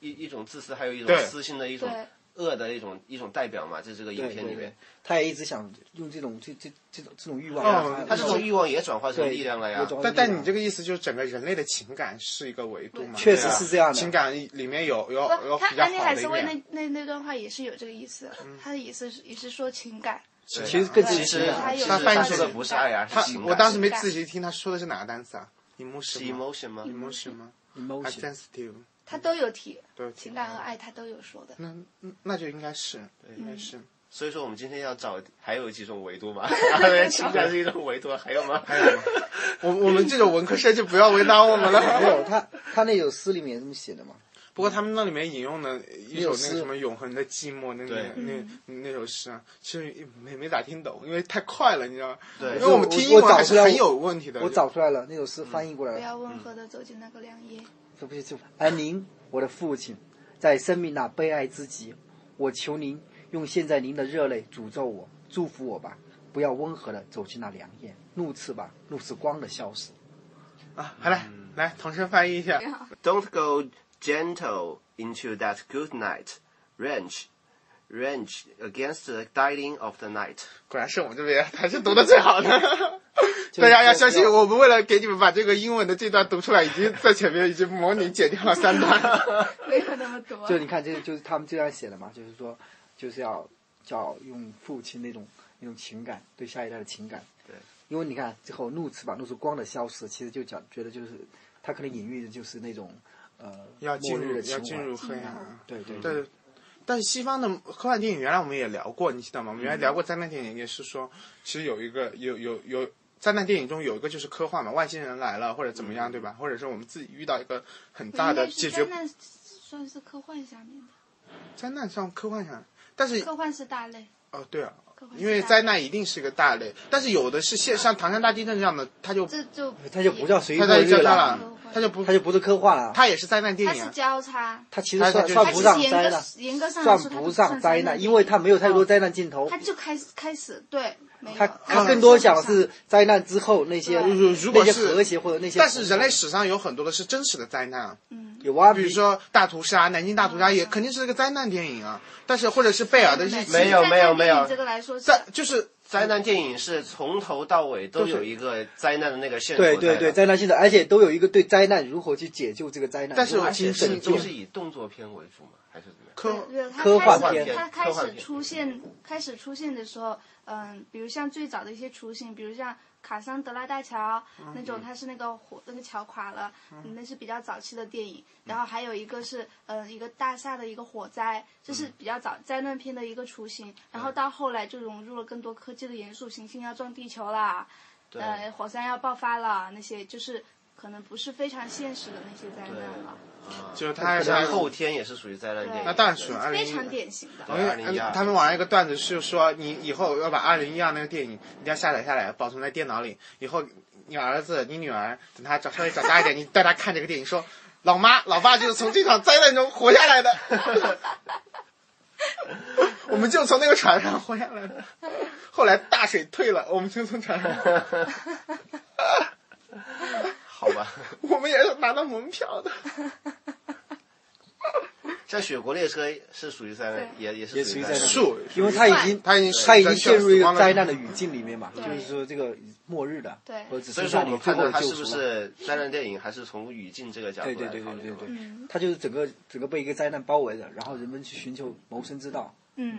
Speaker 4: 一一种自私，还有一种
Speaker 1: 对
Speaker 4: 私心的一种
Speaker 3: 对，
Speaker 4: 恶的一种一种代表嘛，在这个影
Speaker 2: 对
Speaker 4: 片里
Speaker 2: 对
Speaker 4: 面
Speaker 2: 对，，他也一直想用这种这这这种这种欲望
Speaker 1: 哦
Speaker 2: 啊，
Speaker 4: 他这
Speaker 1: 是
Speaker 4: 种欲望也转化成
Speaker 2: 对
Speaker 4: 力量了
Speaker 2: 有
Speaker 4: 呀。
Speaker 2: 种
Speaker 1: 但但你这
Speaker 2: 个
Speaker 1: 个意思就是整个人类的情感是一个维度嘛？
Speaker 2: 啊确实
Speaker 1: 对啊
Speaker 2: 是这样的
Speaker 1: 情感里面有有有
Speaker 3: 不，
Speaker 1: 比
Speaker 3: 他
Speaker 1: 较
Speaker 3: 安妮
Speaker 1: 好
Speaker 3: 海
Speaker 1: 的一嗯
Speaker 3: 瑟薇
Speaker 1: 面。
Speaker 3: 那那那段话也是有这个意思，他的意思是也是说情感，
Speaker 4: 对
Speaker 2: 其实更
Speaker 4: 其
Speaker 2: 是情
Speaker 4: 实
Speaker 2: 感
Speaker 3: 他
Speaker 4: 其
Speaker 3: 有
Speaker 4: 实
Speaker 1: 他翻译
Speaker 4: 他
Speaker 1: 成
Speaker 4: 说的不是爱啊，
Speaker 1: 他
Speaker 4: 是情感。
Speaker 1: 我当时没
Speaker 3: 情感
Speaker 1: 仔细听他说的是哪个单词啊
Speaker 4: 是
Speaker 1: ？emotion 吗
Speaker 4: emotion 吗？
Speaker 1: emotion 吗
Speaker 2: emotion，
Speaker 1: ？I sensitive
Speaker 3: 他都有提
Speaker 1: 都有提
Speaker 3: 情感啊和爱，他都有说的。
Speaker 1: 那那就应该是应
Speaker 3: 嗯
Speaker 1: 该是
Speaker 4: 所以说我们今天要找还有几种维度嘛，然后情感是一种维度，还有吗？还有吗？
Speaker 1: 哎我我们这种文科生就不要为难我们了。
Speaker 2: 没有他他那首诗里面这么写的嘛，
Speaker 1: 不过他们那里面引用的一首那个
Speaker 2: 有诗
Speaker 1: 什么《永恒的寂寞》那
Speaker 4: 对
Speaker 1: 那那那首诗啊，其实没没咋听懂，因为太快了，你知道吗？
Speaker 4: 对
Speaker 1: 因为我们听英
Speaker 2: 我
Speaker 1: 文
Speaker 2: 我
Speaker 1: 还
Speaker 2: 找
Speaker 1: 是
Speaker 2: 出来
Speaker 1: 很有问题的。嗯
Speaker 2: 我找出来了，那首诗翻译过来
Speaker 3: 不
Speaker 2: 了，
Speaker 3: 要温和的走进那个良夜，
Speaker 2: 这不是就而您，我的父亲，在生命那悲哀之极，我求您用现在您的热泪诅咒我，祝福我吧，不要温和的走进那良夜，怒斥吧，怒斥光的消失。
Speaker 1: 啊，好嘞，
Speaker 2: 嗯
Speaker 1: 来，同声翻译一下。
Speaker 4: Don't go gentle into that good night. Range, range against the dying of the night.
Speaker 1: 果然是我们这边还是读的最好的。 大家要相信，我们为了给你们把这个英文的这段读出来，已经在前面已经模拟剪掉了三段。
Speaker 3: 没有那么多。
Speaker 2: 就你看，这就是他们这样写的嘛，就是说，就是要要用父亲那种那种情感对下一代的情感。
Speaker 4: 对，
Speaker 2: 因为你看最后怒斥吧，怒斥光的消失，其实就讲觉得就是他可能隐喻的就是那种呃
Speaker 1: 要进
Speaker 2: 末日
Speaker 1: 入
Speaker 2: 的
Speaker 1: 要
Speaker 2: 情
Speaker 1: 进
Speaker 2: 怀
Speaker 1: 入。黑暗啊。
Speaker 2: 对对
Speaker 1: 对，但是西方的科幻电影原来我们也聊过，你记得吗？我们原来聊过灾难电影，也是说，其实有一个有有有灾难电影中有一个就是科幻嘛，外星人来了或者怎么样，对吧？或者是我们自己遇到一个很大的解决
Speaker 3: 应该是灾难算是科幻下面的，
Speaker 1: 灾难上科幻上，但是
Speaker 3: 科幻是大类，
Speaker 1: 哦对啊，
Speaker 3: 科幻是大类
Speaker 1: 因为灾难一定是个大类，但是有的是现像唐山大地震这样的，它就
Speaker 3: 这就
Speaker 2: 哎他就不叫随
Speaker 1: 它
Speaker 2: 波
Speaker 1: 它就
Speaker 2: 日
Speaker 1: 叫它
Speaker 2: 了，
Speaker 1: 了，它就不
Speaker 2: 他就不是科幻了，
Speaker 1: 它也是灾难
Speaker 3: 它
Speaker 1: 电影
Speaker 3: 是
Speaker 1: 啊，
Speaker 3: 交叉，
Speaker 2: 他其实
Speaker 1: 它
Speaker 2: 算
Speaker 1: 它
Speaker 2: 算
Speaker 1: 就
Speaker 2: 不
Speaker 1: 是
Speaker 2: 上
Speaker 3: 严
Speaker 2: 灾
Speaker 3: 格
Speaker 2: 难，
Speaker 3: 严格上来
Speaker 2: 算
Speaker 3: 说它
Speaker 2: 不
Speaker 3: 不
Speaker 2: 上灾
Speaker 3: 难
Speaker 2: 难，，因为他没有太多灾难镜头
Speaker 3: 它，嗯就开始开始对，没有
Speaker 2: 他他
Speaker 1: 嗯
Speaker 2: 更多讲的是灾难之后那些
Speaker 3: 对
Speaker 1: 如如果
Speaker 2: 那些
Speaker 1: 是
Speaker 2: 和谐或者那些，
Speaker 1: 但是人类史上有很多的是真实的灾难啊，
Speaker 3: 嗯
Speaker 2: 有挖
Speaker 1: 比
Speaker 2: 鼻
Speaker 1: 如说《大屠杀》，南京大屠杀也肯定是个灾难电影啊，但是或者是贝尔的日记，
Speaker 4: 没有
Speaker 3: 在
Speaker 4: 没有没
Speaker 3: 在
Speaker 4: 有
Speaker 3: 电影这个来说是
Speaker 1: 在就是
Speaker 4: 灾难电影是从头到尾都有一个灾难的那个线索在
Speaker 2: 对
Speaker 4: 的，
Speaker 2: 对对，灾难性的，而且都有一个对灾难如何去解救这个灾难，
Speaker 1: 但是
Speaker 2: 如何
Speaker 1: 我
Speaker 4: 而且
Speaker 2: 去
Speaker 1: 精
Speaker 4: 拯
Speaker 1: 神
Speaker 4: 是
Speaker 2: 救
Speaker 4: 都是以动作片为主嘛，还是怎么样？
Speaker 1: 科
Speaker 3: 对，它
Speaker 2: 科幻
Speaker 3: 开始
Speaker 2: 片
Speaker 3: 它开
Speaker 4: 科幻
Speaker 3: 始
Speaker 4: 片
Speaker 3: 出现，开始出现的时候，嗯，比如像最早的一些雏形，比如像卡桑德拉大桥那种，它是那个火那个桥垮了，嗯那是比较早期的电影。然后还有一个是，嗯，一个大厦的一个火灾，这是比较早灾难片的一个雏形。然后到后来就融入了更多科技的元素，行星要撞地球啦，
Speaker 4: 对
Speaker 3: 呃，火山要爆发了，那些就是可能不是非常现实的那些灾难了，
Speaker 4: 啊，
Speaker 1: 就是他哎还是
Speaker 4: 像后天也是属于灾难电影，
Speaker 3: 对那
Speaker 1: 当然属于2012
Speaker 3: 非常典型的。
Speaker 4: 对二零一二，
Speaker 1: 呃他们网上一个段子是说，你以后要把二零一二那个电影一定要下载下来，保存在电脑里。以后你儿子、你女儿等他长稍微长大一点，你带他看这个电影，说 老妈、老爸就是从这场灾难中活下 来的，我们就从那个船上活下来的。后来大水退了，我们就从船 上，
Speaker 4: 好吧。
Speaker 1: 我们也是拿到门票的。
Speaker 4: 像《雪国列车》是属于灾难，
Speaker 3: 对
Speaker 4: 也也是
Speaker 2: 也
Speaker 4: 属
Speaker 2: 属于
Speaker 4: 灾
Speaker 2: 灾难
Speaker 4: 难。
Speaker 1: 树，
Speaker 2: 因为他已经
Speaker 1: 他已经
Speaker 2: 他已经陷入一个灾难的
Speaker 1: 死亡
Speaker 2: 语境里面嘛，
Speaker 3: 对
Speaker 2: 就是说这个末日的，
Speaker 3: 对
Speaker 2: 或者只
Speaker 4: 所以说
Speaker 2: 剩下
Speaker 4: 我
Speaker 2: 你
Speaker 4: 们
Speaker 2: 最
Speaker 4: 判
Speaker 2: 后
Speaker 4: 断
Speaker 2: 的
Speaker 4: 它
Speaker 2: 救
Speaker 4: 是不
Speaker 2: 赎了。
Speaker 4: 是灾难电影，还是从语境这个角度
Speaker 2: 对
Speaker 4: 来
Speaker 2: 对对
Speaker 4: 考
Speaker 2: 对
Speaker 4: 虑啊的
Speaker 2: 对对
Speaker 4: 嘛。，
Speaker 3: 嗯
Speaker 2: 它就是整个整个被一个灾难包围着，然后人们去寻求谋生之道。
Speaker 3: 嗯。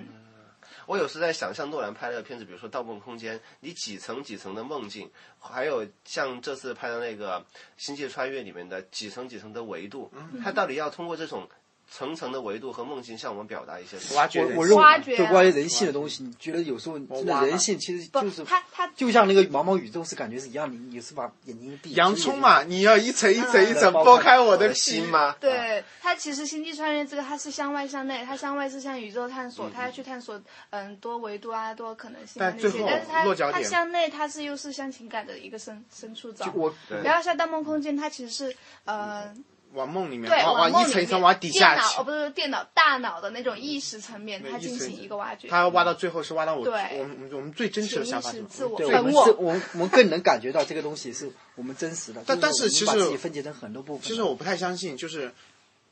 Speaker 4: 我有时在想象诺兰拍的片子，比如说《盗梦空间》，你几层几层的梦境，还有像这次拍的那个《星际穿越》里面的几层几层的维度，
Speaker 2: 嗯
Speaker 4: 它到底要通过这种层层的维度和梦境向我们表达一些什么？
Speaker 1: 挖掘
Speaker 2: 我
Speaker 1: 人
Speaker 2: 我
Speaker 1: 性
Speaker 2: 认
Speaker 3: 挖
Speaker 2: 为
Speaker 3: 掘啊
Speaker 2: 对关于人性的东西，你觉得有时候真
Speaker 4: 啊
Speaker 2: 的人性其实
Speaker 3: 不，
Speaker 2: 就是
Speaker 3: 他他
Speaker 1: 啊
Speaker 2: 就像那个茫茫宇宙是感觉是一样的，你是把眼睛闭
Speaker 1: 洋葱，嘛，你要一层一层一层
Speaker 2: 嗯
Speaker 1: 剥开我
Speaker 4: 我
Speaker 1: 的
Speaker 4: 的
Speaker 1: 皮
Speaker 4: 心。吗？
Speaker 3: 对他其实《星际穿越》这个它是向外向内，它向外是向宇宙探索，它要去探索嗯多维度啊多可能性啊
Speaker 1: 嗯但
Speaker 3: 那
Speaker 1: 最
Speaker 3: 些，
Speaker 1: 后
Speaker 3: 但是
Speaker 1: 落
Speaker 3: 它
Speaker 1: 脚
Speaker 3: 它
Speaker 1: 点
Speaker 3: 向内它是又是向情感的一个深深处走
Speaker 2: 就。我
Speaker 4: 对
Speaker 3: 然后像《盗梦空间》，它其实是呃
Speaker 1: 往梦里面，
Speaker 3: 对
Speaker 1: 嗯往
Speaker 3: 梦
Speaker 1: 往一层一层
Speaker 3: 里面
Speaker 1: 往底下
Speaker 3: 电脑哦
Speaker 1: 去，
Speaker 3: 不是电脑大脑的那种意识层面，它进行一个挖掘。
Speaker 1: 他要挖到最后是挖到我我
Speaker 3: 对
Speaker 1: 们我们最真实的想法是什
Speaker 3: 潜意
Speaker 1: 么
Speaker 3: 识自？我
Speaker 2: 对
Speaker 3: 本
Speaker 2: 我们是，我们我们更能感觉到这个东西是我们真实的。
Speaker 1: 但但是其
Speaker 2: 就我们
Speaker 1: 实
Speaker 2: 把自己分解成很多部分，
Speaker 1: 其实我不太相信，就是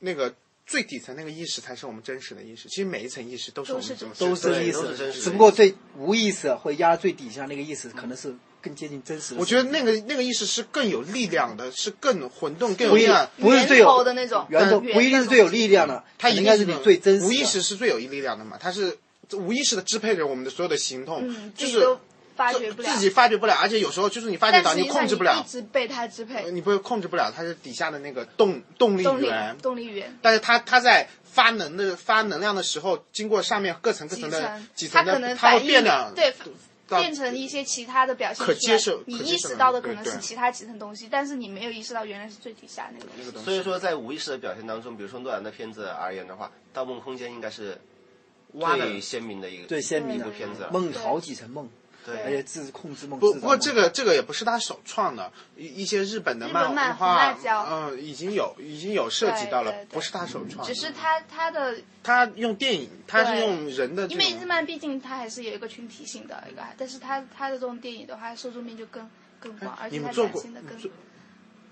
Speaker 1: 那个最底层那个意识才是我们真实的意识。其实每一层意识都是我
Speaker 3: 都
Speaker 1: 们
Speaker 3: 是
Speaker 1: 真实的
Speaker 2: 都
Speaker 4: 对
Speaker 2: 是意
Speaker 4: 都是
Speaker 2: 思
Speaker 4: 真实，的
Speaker 2: 只不过最无意识会压最底下那个意识，可能是更接近真实的。
Speaker 1: 我觉得那个那个意识是更有力量的，是更混动、更有
Speaker 2: 不
Speaker 1: 力
Speaker 2: 一
Speaker 1: 量。
Speaker 2: 不是最
Speaker 3: 源头
Speaker 2: 有
Speaker 3: 的那种
Speaker 2: 源头
Speaker 3: 嗯
Speaker 2: 不一定是最有力量的，
Speaker 1: 它
Speaker 2: 可
Speaker 1: 一
Speaker 2: 能应
Speaker 1: 定
Speaker 2: 该是你最真实的。
Speaker 1: 无意识是最有力量的嘛？它是无意识的支配着我们的所有的行动，
Speaker 3: 嗯，
Speaker 1: 就
Speaker 3: 自己
Speaker 1: 是
Speaker 3: 都发掘不了，
Speaker 1: 自己发觉不了，而且有时候就是你发觉
Speaker 3: 但
Speaker 1: 到
Speaker 3: 实际
Speaker 1: 控
Speaker 3: 上
Speaker 1: 制不
Speaker 3: 一
Speaker 1: 了，
Speaker 3: 直被它支
Speaker 1: 呃
Speaker 3: 配，
Speaker 1: 你不会控制不了，它是底下的那个动动力
Speaker 3: 动力
Speaker 1: 源，
Speaker 3: 动力源。
Speaker 1: 但是它它在发能的发能量的时候，经过上面各层各
Speaker 3: 几
Speaker 1: 层的
Speaker 3: 层，
Speaker 1: 几
Speaker 3: 它
Speaker 1: 层
Speaker 3: 可能
Speaker 1: 的，它会
Speaker 3: 反
Speaker 1: 变
Speaker 3: 应
Speaker 1: 量，
Speaker 3: 对，
Speaker 1: 到
Speaker 3: 变成一些其他的表现
Speaker 1: 可
Speaker 3: 出
Speaker 1: 接
Speaker 3: 来
Speaker 1: 受可
Speaker 3: 你
Speaker 1: 接
Speaker 3: 意
Speaker 1: 受
Speaker 3: 识
Speaker 1: 能
Speaker 3: 到
Speaker 1: 力
Speaker 3: 的
Speaker 1: 对
Speaker 3: 可能是
Speaker 1: 对
Speaker 3: 其他几层东西，但是你没有意识到原来是最底下那个东西。
Speaker 4: 所以说，在无意识的表现当中，比如说诺兰的片子而言的话，《盗梦空间》应该是
Speaker 1: 挖的
Speaker 4: 最鲜明的一个
Speaker 2: 最鲜明
Speaker 4: 一
Speaker 2: 的
Speaker 4: 部片子了。
Speaker 2: 梦好几层梦，而
Speaker 4: 对
Speaker 2: 且自控制梦。
Speaker 1: 啊不
Speaker 2: 制
Speaker 1: 不
Speaker 2: 造
Speaker 1: 过
Speaker 2: 梦
Speaker 1: 这个这个也不是他首创的，一一些日本的
Speaker 3: 日本漫
Speaker 1: 漫
Speaker 3: 红
Speaker 1: 画
Speaker 3: 辣椒，
Speaker 1: 嗯，已经有已经有涉及到了
Speaker 3: 对对，对
Speaker 1: 不是他首创
Speaker 3: 只，是它它的，
Speaker 1: 他用电影，他是
Speaker 3: 对
Speaker 1: 用人的这
Speaker 3: 因为日
Speaker 1: 种，
Speaker 3: 漫毕竟它还是有一个群体性的一个，但是它它的这种电影的话，受众面就更更广，而
Speaker 1: 哎你
Speaker 3: 且它
Speaker 1: 们做
Speaker 3: 展
Speaker 1: 过
Speaker 3: 现的更
Speaker 1: 做，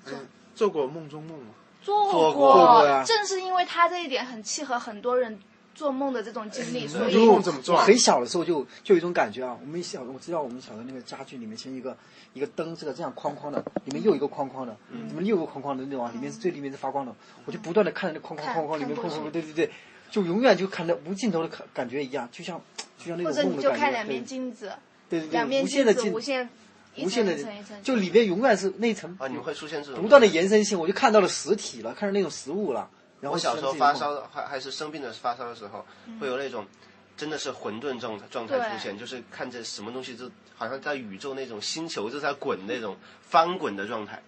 Speaker 1: 嗯，做过梦中梦吗？
Speaker 3: 做
Speaker 4: 过
Speaker 2: 做过呀
Speaker 3: 正是因为它这一点很契合很多人做梦的这种经历，所
Speaker 1: 梦
Speaker 3: 以
Speaker 1: 中梦怎么做啊？
Speaker 2: 很小的时候就就有一种感觉啊，我们小我知道我们小时候那个家具里面先一个一个灯是个这样框框的，里面又一个框框的，
Speaker 4: 嗯
Speaker 2: 里面又一个框框的那种啊，里面是最里面是发光的，我就不断的看着那框框
Speaker 3: 看
Speaker 2: 框框里面
Speaker 3: 看
Speaker 2: 框
Speaker 3: 过去
Speaker 2: 框，对对对，就永远就看着无尽头的感感觉一样，就像就像那
Speaker 3: 或者
Speaker 2: 种
Speaker 3: 你
Speaker 2: 梦
Speaker 3: 就
Speaker 2: 的
Speaker 3: 看
Speaker 2: 感
Speaker 3: 两
Speaker 2: 觉
Speaker 3: 面，镜子，
Speaker 2: 对对对
Speaker 3: 两
Speaker 2: 对，
Speaker 3: 面
Speaker 2: 无限
Speaker 3: 镜
Speaker 2: 的
Speaker 3: 子
Speaker 2: 镜
Speaker 3: 无，限一
Speaker 2: 无限
Speaker 3: 层
Speaker 2: 的
Speaker 3: 一层一层，
Speaker 2: 就里面永远是那层
Speaker 4: 啊，你们会出现这种
Speaker 2: 不断的延伸性，我就看到了实体了，看到那种实物了，然后
Speaker 4: 我小
Speaker 2: 就
Speaker 4: 时
Speaker 2: 像
Speaker 4: 候
Speaker 2: 自己的
Speaker 4: 发
Speaker 2: 梦
Speaker 4: 烧的还还是生病的发烧的时候，
Speaker 3: 嗯
Speaker 4: 会有那种真的是混沌状状态出现，就是看着什么东西就好像在宇宙那种星球就在滚那种翻滚的状态，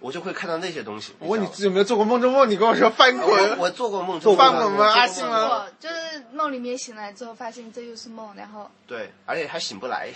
Speaker 4: 我就会看到那些东西。
Speaker 1: 我问你
Speaker 4: 知道
Speaker 1: 有没有做过梦中梦？你跟我说翻
Speaker 4: 吗我
Speaker 1: 滚，
Speaker 4: 我做过梦
Speaker 2: 做
Speaker 4: 中
Speaker 2: 过
Speaker 4: 梦，
Speaker 1: 吗
Speaker 4: 我做过
Speaker 2: 梦
Speaker 4: 梦
Speaker 3: 啊
Speaker 1: 阿信吗
Speaker 3: 我就是梦里面醒来之后，发现这又是梦，然后
Speaker 4: 对，而且还醒不来。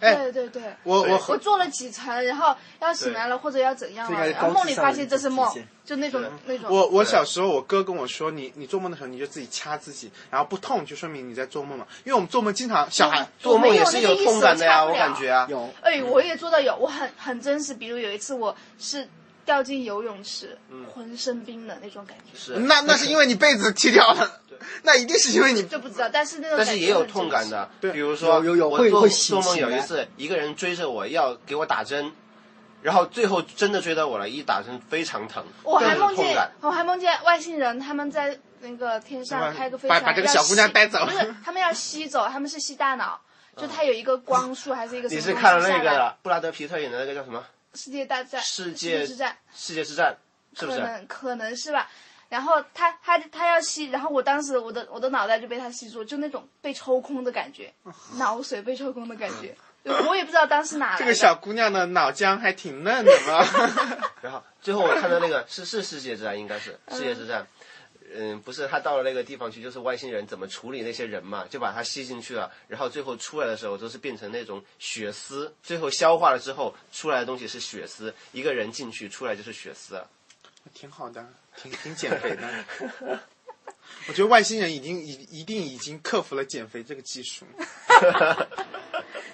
Speaker 1: 哎
Speaker 3: 对对对，
Speaker 1: 我
Speaker 4: 对
Speaker 1: 我
Speaker 3: 我
Speaker 1: 和
Speaker 3: 做了几层，然后要醒来了或者要怎样
Speaker 2: 这
Speaker 3: 了，
Speaker 2: 个
Speaker 3: 然后梦里发现这是梦
Speaker 2: 高智商的一种
Speaker 3: 就那
Speaker 2: 体现，
Speaker 3: 种
Speaker 4: 对
Speaker 3: 那种。
Speaker 1: 我我小时候，我哥跟我说，你你做梦的时候你就自己掐自己，然后不痛就说明你在做梦嘛。因为我们做梦经常小孩
Speaker 3: 我
Speaker 4: 做
Speaker 3: 没
Speaker 4: 梦
Speaker 3: 有
Speaker 4: 也 是有痛感的呀，
Speaker 3: 那个意识我差不
Speaker 4: 我
Speaker 3: 了
Speaker 4: 感觉啊，
Speaker 2: 有
Speaker 3: 哎，我也做到有，我很很真实。比如有一次我是掉进游泳池，浑身冰冷那种感觉。
Speaker 4: 是，
Speaker 1: 那那是因为你被子踢掉了， 那一定是因为你
Speaker 3: 这不知道，但是那种感
Speaker 4: 但是
Speaker 3: 觉
Speaker 4: 也有
Speaker 3: 很
Speaker 4: 痛
Speaker 3: 真
Speaker 4: 感
Speaker 3: 实
Speaker 4: 的，
Speaker 1: 对
Speaker 4: 比如说
Speaker 2: 有有有
Speaker 4: 我
Speaker 2: 会
Speaker 4: 做
Speaker 2: 会醒
Speaker 4: 做梦有
Speaker 2: 醒
Speaker 4: 一
Speaker 2: 来
Speaker 4: 次，一个人追着我要给我打针，然后最后真的追到我了，一打针非常疼，
Speaker 3: 我还
Speaker 4: 更
Speaker 3: 梦
Speaker 4: 是痛
Speaker 3: 见
Speaker 4: 感。，
Speaker 3: 我还梦见外星人，他们在那个天上开个飞
Speaker 1: 把
Speaker 3: 船，
Speaker 1: 把这个
Speaker 3: 要
Speaker 1: 小姑娘
Speaker 3: 吸
Speaker 1: 带走
Speaker 3: 不是，他们要吸走，他们是吸大脑，就他有一个光束还是 一个什
Speaker 4: 你
Speaker 3: 么？
Speaker 4: 是看了那个了布拉德皮特演的那个叫什么
Speaker 3: 世界大战？
Speaker 4: 世界
Speaker 3: 界之战？
Speaker 4: 《世界之战》，是不
Speaker 3: 可
Speaker 4: 是？
Speaker 3: 能可能是吧。然后他他他要吸，然后我当时我的我的脑袋就被他吸住，就那种被抽空的感觉，
Speaker 1: 啊
Speaker 3: 脑髓被抽空的感觉，我也不知道当时哪来的。
Speaker 1: 这个小姑娘的脑浆还挺嫩的嘛。
Speaker 4: 然后最后我看到那个是是世界之战，应该是世界之战。嗯，不是，他到了那个地方去，就是外星人怎么处理那些人嘛，就把他吸进去了，然后最后出来的时候都是变成那种血丝，最后消化了之后出来的东西是血丝，一个人进去出来就是血丝 了。
Speaker 1: 挺好的，挺挺减肥的。 我觉得外星人已经一一定已经克服了减肥这个技术。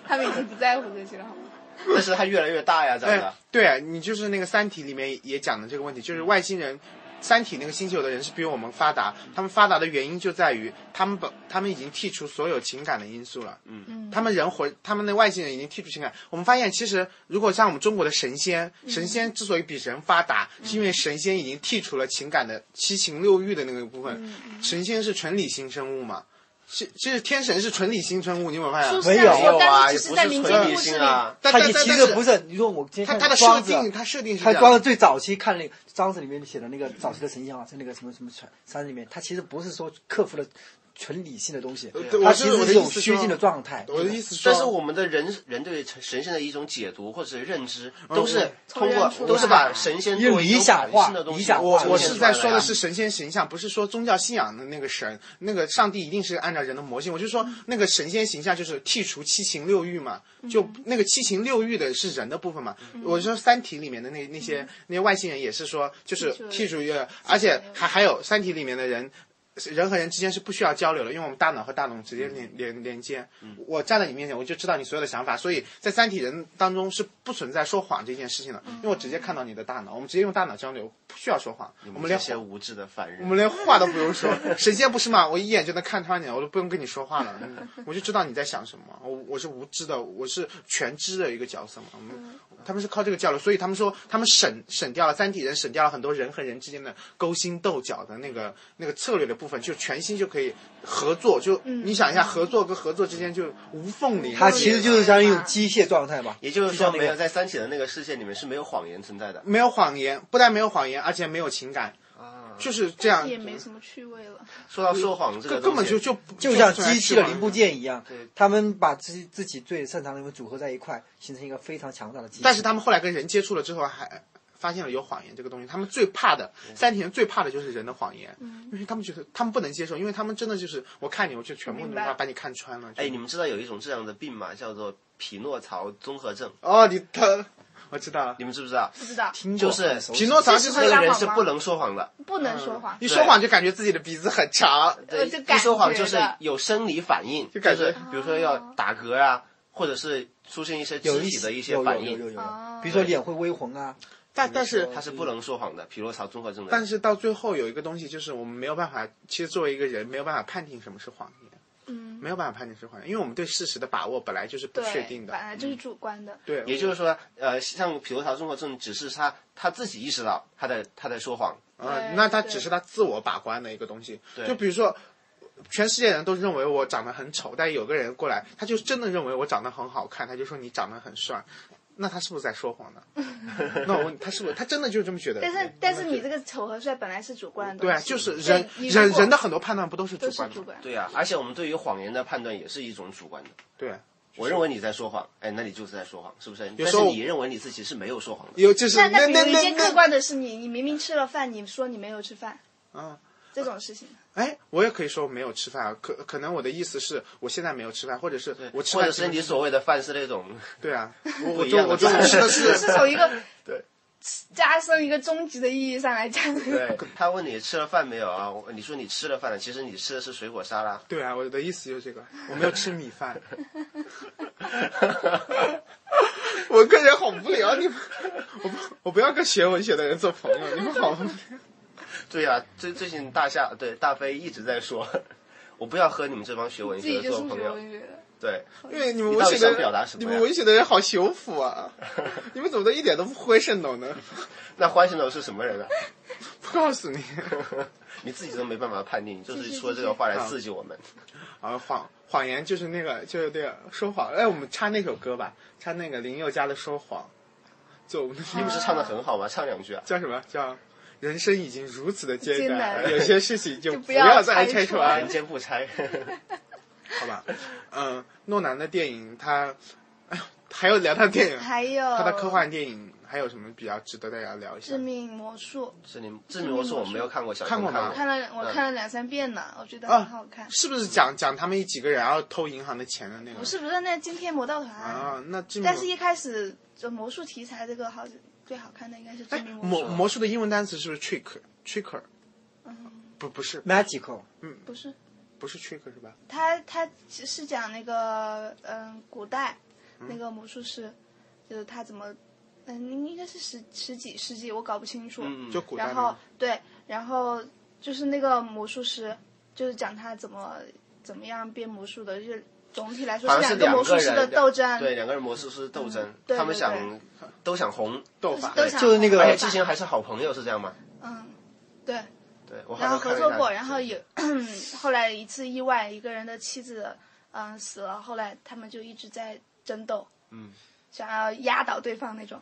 Speaker 3: 他们已经不在乎这些了，好吗？
Speaker 4: 但是他越来越大呀，长
Speaker 1: 哎
Speaker 4: 得。，
Speaker 1: 对啊你就是那个《三体》里面也讲的这个问题，就是外星人，《三体》那个星球的人是比我们发达，他们发达的原因就在于他们把他们已经剔除所有情感的因素了。
Speaker 3: 嗯
Speaker 1: 他们人活，他们的外星人已经剔除情感。我们发现，其实如果像我们中国的神仙，神仙之所以比人发达，是因为神仙已经剔除了情感的七情六欲的那个部分。神仙是纯理性生物嘛，其其实天神是纯理性生物，你有没有发
Speaker 3: 书
Speaker 1: 现？
Speaker 3: 是这样
Speaker 2: 没有
Speaker 3: 说，
Speaker 4: 啊，
Speaker 3: 但
Speaker 4: 也
Speaker 3: 是只
Speaker 4: 不
Speaker 3: 在
Speaker 4: 是
Speaker 3: 民间
Speaker 4: 纯理
Speaker 3: 故事
Speaker 4: 性
Speaker 3: 里。
Speaker 4: 啊。
Speaker 1: 但
Speaker 2: 他
Speaker 1: 但
Speaker 2: 也
Speaker 1: 但
Speaker 2: 其
Speaker 1: 但
Speaker 2: 实
Speaker 1: 是
Speaker 2: 不是，你说我今天
Speaker 1: 它
Speaker 2: 看
Speaker 1: 它的设
Speaker 2: 庄子啊
Speaker 1: 定，它设定是这
Speaker 2: 他
Speaker 1: 样
Speaker 2: 装的最早期看那个章子里面写的那个早期的神仙啊，在那个什么什么山山里面，他其实不是说克服了纯理性的东西，
Speaker 1: 呃对
Speaker 2: 他
Speaker 1: 我
Speaker 2: 其
Speaker 1: 是
Speaker 2: 实
Speaker 1: 我的
Speaker 2: 一种
Speaker 1: 意思
Speaker 2: 虚
Speaker 1: 说
Speaker 2: 静的状态。
Speaker 1: 我的意思说，
Speaker 4: 但是我们的人人对神仙的一种解读或者是认知，都
Speaker 1: 嗯
Speaker 4: 是
Speaker 3: 从
Speaker 4: 通
Speaker 3: 人
Speaker 4: 过
Speaker 3: 出
Speaker 4: 都是
Speaker 3: 发
Speaker 4: 把神仙
Speaker 2: 用
Speaker 4: 作为一
Speaker 2: 理
Speaker 4: 种
Speaker 2: 想
Speaker 4: 感
Speaker 2: 化
Speaker 4: 性的东
Speaker 2: 理
Speaker 4: 西
Speaker 2: 想
Speaker 4: 呈
Speaker 1: 我
Speaker 4: 现
Speaker 1: 我
Speaker 4: 出
Speaker 1: 是
Speaker 4: 来
Speaker 1: 在说
Speaker 4: 呀
Speaker 1: 的是神仙形象，不是说宗教信仰的那个神，那个上帝一定是按照人的模型。我就说那个神仙形象就是剔除七情六欲嘛，就那个七情六欲的是人的部分嘛。我说《三体》里面的那那些那些外星人也是说，就是
Speaker 3: 剔
Speaker 1: 剔
Speaker 3: 除
Speaker 1: 除一个，而且还还有《三体》里面的人。人和人之间是不需要交流的，因为我们大脑和大脑直接
Speaker 4: 嗯
Speaker 1: 连连连接。我站在你面前，我就知道你所有的想法，所以在三体人当中是不存在说谎这件事情的，因为我直接看到你的大脑，我们直接用大脑交流，不需要说谎。我们
Speaker 4: 这
Speaker 1: 连
Speaker 4: 些无知的凡人。
Speaker 1: 我们连话都不用说，神仙不是吗？我一眼就能看穿你，我都不用跟你说话了，嗯我就知道你在想什么。我我是无知的，我是全知的一个角色嘛。我
Speaker 3: 嗯
Speaker 1: 们他们是靠这个交流，所以他们说他们省省掉了三体人，省掉了很多人和人之间的勾心斗角的那个那个策略的部分，就全心就可以合作。就、
Speaker 3: 嗯
Speaker 1: 你想一下，合作跟合作之间就无缝连接。
Speaker 2: 他其实就是相当于一种机械状态吧。
Speaker 4: 也就是
Speaker 2: 就
Speaker 4: 说，
Speaker 2: 像那
Speaker 4: 没
Speaker 2: 个
Speaker 4: 有在《三体》的那个世界里面是没有谎言存在的
Speaker 1: 没有谎言，不但没有谎言，而且没有情感，
Speaker 4: 啊。
Speaker 1: 就是这样，
Speaker 3: 也没什么趣味了。
Speaker 4: 说到说谎这个
Speaker 1: 根
Speaker 4: 东
Speaker 1: 根
Speaker 4: 西
Speaker 1: 本就就
Speaker 2: 就像机器的零部
Speaker 1: 件。
Speaker 2: 件一样
Speaker 4: 对，
Speaker 2: 他们把自己自己最擅长的部分组合在一块，形成一个非常强大的机器。
Speaker 1: 但是他们后来跟人接触了之后，还发现了有谎言这个东西。他们最怕的，
Speaker 4: 嗯
Speaker 1: 三体人最怕的就是人的谎言，
Speaker 3: 嗯
Speaker 1: 因为他们觉得他们不能接受，因为他们真的就是我看你，我就全部
Speaker 3: 明
Speaker 1: 能
Speaker 3: 白
Speaker 1: 把把你看穿了。就
Speaker 4: 哎，你们知道有一种这样的病吗？叫做匹诺曹综合症，
Speaker 1: 哦，你他，我知道了。
Speaker 4: 你们知不知道？
Speaker 3: 不知道，
Speaker 2: 听过
Speaker 4: 就是
Speaker 2: 很熟悉
Speaker 1: 匹诺曹
Speaker 3: 这
Speaker 1: 就是是
Speaker 4: 那
Speaker 3: 撒
Speaker 4: 个
Speaker 3: 谎
Speaker 4: 人是
Speaker 3: 吗
Speaker 4: 不能说谎的，
Speaker 3: 不能说谎。
Speaker 1: 一说谎就感觉自己的鼻子很长，
Speaker 3: 呃
Speaker 4: 对，
Speaker 3: 就
Speaker 4: 一
Speaker 3: 感
Speaker 4: 说谎
Speaker 3: 觉
Speaker 4: 就是
Speaker 3: 的
Speaker 4: 有生理反应，
Speaker 1: 就感觉
Speaker 4: 是比如说要打嗝啊，或者是出现一些肢
Speaker 2: 有一
Speaker 4: 体的一些
Speaker 2: 有
Speaker 4: 反
Speaker 2: 有有有
Speaker 4: 应，
Speaker 2: 有有
Speaker 3: 哦，
Speaker 2: 比如说脸会微红啊，
Speaker 1: 但但是
Speaker 4: 他是不能说谎的。匹诺曹综合症的人
Speaker 1: 但是到最后有一个东西，就是我们没有办法，其实作为一个人没有办法判定什么是谎言，
Speaker 3: 嗯，
Speaker 1: 没有办法判定是谎言，因为我们对事实的把握本来就是不
Speaker 3: 对，
Speaker 1: 确定
Speaker 3: 本
Speaker 1: 的。嗯
Speaker 3: 来就是主观的。
Speaker 1: 对，
Speaker 4: 也就是说，呃，像匹诺曹综合症，只是他他自己意识到他在他在说谎，
Speaker 1: 呃，
Speaker 3: 对
Speaker 1: 那它
Speaker 3: 对
Speaker 1: 只是他自我把关的一个东西。
Speaker 4: 对
Speaker 1: 就比如说，全世界人都认为我长得很丑，但有个人过来，他就真的认为我长得很好看，他就说你长得很帅，那他是不是在说谎 呢？那我问你他是不是他真的就这么觉得？哎
Speaker 3: 但是但是你这个丑和帅本来是主观的
Speaker 1: 对
Speaker 3: 东
Speaker 1: 啊，
Speaker 3: 西，
Speaker 1: 就是
Speaker 3: 所以
Speaker 1: 人
Speaker 3: 你
Speaker 1: 人
Speaker 3: 如果
Speaker 1: 人的很多判断不都是主
Speaker 3: 都是
Speaker 1: 观的
Speaker 3: 主
Speaker 1: 吗？
Speaker 3: 观。
Speaker 4: 对啊，而且我们对于谎言的判断也是一种主观的。
Speaker 1: 对，
Speaker 4: 我认为你在说谎，哎，那你就是在说谎，是不是？
Speaker 1: 有
Speaker 4: 但
Speaker 1: 时
Speaker 4: 是
Speaker 1: 候
Speaker 4: 你认为你自己是没有说谎的，
Speaker 1: 有就是
Speaker 3: 那那比
Speaker 1: 那
Speaker 3: 如一些客
Speaker 1: 那那，
Speaker 3: 观的是你，你明明吃了饭，你说你没有吃饭，
Speaker 1: 嗯，
Speaker 3: 这种 事情，
Speaker 1: 哎，我也可以说没有吃饭啊，可可能我的意思是我现在没有吃饭，或者是我吃
Speaker 4: 或
Speaker 1: 饭
Speaker 4: 者是你所谓的饭是那种，
Speaker 1: 对啊，我我
Speaker 4: 一
Speaker 1: 中
Speaker 4: 样的
Speaker 1: 我中午
Speaker 4: 饭
Speaker 1: 吃的
Speaker 3: 就是是从一个
Speaker 4: 对
Speaker 3: 加深一个终极的意义上来讲，
Speaker 4: 对， 他问你吃了饭没有啊？我你说你吃了饭了，其实你吃的是水果沙拉。
Speaker 1: 对啊，我的意思就是这个，我没有吃米饭。 我个人好无聊，你们，我不我不要跟学文学的人做朋友，你们好 无聊。
Speaker 4: 对呀、最最近大夏对大飞一直在说， 我不要和你们这帮学 文
Speaker 3: 自
Speaker 4: 学
Speaker 3: 己
Speaker 4: 的
Speaker 3: 就
Speaker 4: 做
Speaker 3: 是
Speaker 4: 朋
Speaker 3: 学
Speaker 4: 友。
Speaker 3: 文学的。
Speaker 4: 对，
Speaker 1: 因为你们
Speaker 4: 你
Speaker 1: 文
Speaker 4: 到底
Speaker 1: 学的
Speaker 4: 想表达什
Speaker 1: 人，
Speaker 4: 么
Speaker 1: 你
Speaker 4: 呀
Speaker 1: 们文学的人好羞腐啊！ 你们怎么都一点都不会渗透呢？
Speaker 4: 那欢喜楼是什么人啊？
Speaker 1: 不告诉你。
Speaker 4: 你自己都没办法判定，你就是
Speaker 3: 继续
Speaker 4: 说这
Speaker 3: 继
Speaker 4: 个
Speaker 3: 续
Speaker 4: 话来刺激我们。
Speaker 1: 啊，谎谎言就是那个，就是那个说谎。哎，我们插那首歌吧，插那个林宥嘉的《说谎》，就我们
Speaker 4: 你
Speaker 1: 的
Speaker 4: 不是唱的很好吗？唱两句啊。
Speaker 1: 叫什么叫？人生已经如此的艰
Speaker 3: 艰
Speaker 1: 难，
Speaker 3: 难
Speaker 1: 有些事情 就
Speaker 3: 就不
Speaker 1: 不
Speaker 3: 要
Speaker 1: 要再
Speaker 3: 拆
Speaker 1: 拆
Speaker 3: 穿
Speaker 1: 穿
Speaker 4: 人，间不拆，
Speaker 1: 好吧？嗯，诺兰的电影，他，哎 呦，还有聊他的电影，
Speaker 3: 还有
Speaker 1: 他的科幻电影还有什么比较值得大家聊一
Speaker 3: 致
Speaker 1: 下？
Speaker 3: 命魔术，
Speaker 4: 志明志明，我说我没有看过，小
Speaker 1: 看过
Speaker 4: 熊
Speaker 1: 吗
Speaker 4: 看
Speaker 3: 看了我
Speaker 4: 嗯
Speaker 3: 看了两三遍呢，我觉得
Speaker 1: 啊
Speaker 3: 很好看。
Speaker 1: 是不是讲讲他们一几个人然后偷银行的钱的那个？
Speaker 3: 不是不是，那惊天魔盗团，
Speaker 1: 啊，那致命
Speaker 3: 但是一开始就魔术题材这个好最好看的应该是致
Speaker 1: 哎
Speaker 3: 命魔
Speaker 1: 魔
Speaker 3: 术，
Speaker 1: 魔术的英文单词是不是 trick？tricker？
Speaker 3: 嗯，
Speaker 1: 不不是
Speaker 2: magical
Speaker 3: 不是，
Speaker 1: 不是 trick 是吧？
Speaker 3: 他他是讲那个嗯古代
Speaker 1: 嗯
Speaker 3: 那个魔术师，就是他怎么嗯应该是十十几世纪，我搞不清楚。
Speaker 4: 嗯，
Speaker 1: 就古代
Speaker 3: 然后
Speaker 1: 吗
Speaker 3: 对，然后就是那个魔术师，就是讲他怎么怎么样变魔术的，就是总体来说
Speaker 4: 好像是
Speaker 3: 两个魔术师
Speaker 4: 两个
Speaker 3: 的
Speaker 4: 人
Speaker 3: 斗争，
Speaker 4: 对两个人魔术师斗争，
Speaker 3: 嗯对
Speaker 4: 他们
Speaker 3: 对
Speaker 4: 想
Speaker 3: 对
Speaker 4: 都想红，
Speaker 1: 斗
Speaker 3: 就是
Speaker 1: 法
Speaker 3: 都想
Speaker 2: 就是那个
Speaker 4: 而
Speaker 2: 对
Speaker 4: 且之前还是好朋友，是这样吗？
Speaker 3: 嗯对，
Speaker 4: 对，我好
Speaker 3: 然后
Speaker 4: 像
Speaker 3: 合
Speaker 4: 看了一
Speaker 3: 作
Speaker 4: 下
Speaker 3: 过，然后有后来一次意外，一个人的妻子嗯死了，后来他们就一直在争斗，
Speaker 4: 嗯，
Speaker 3: 想要压倒对方那种。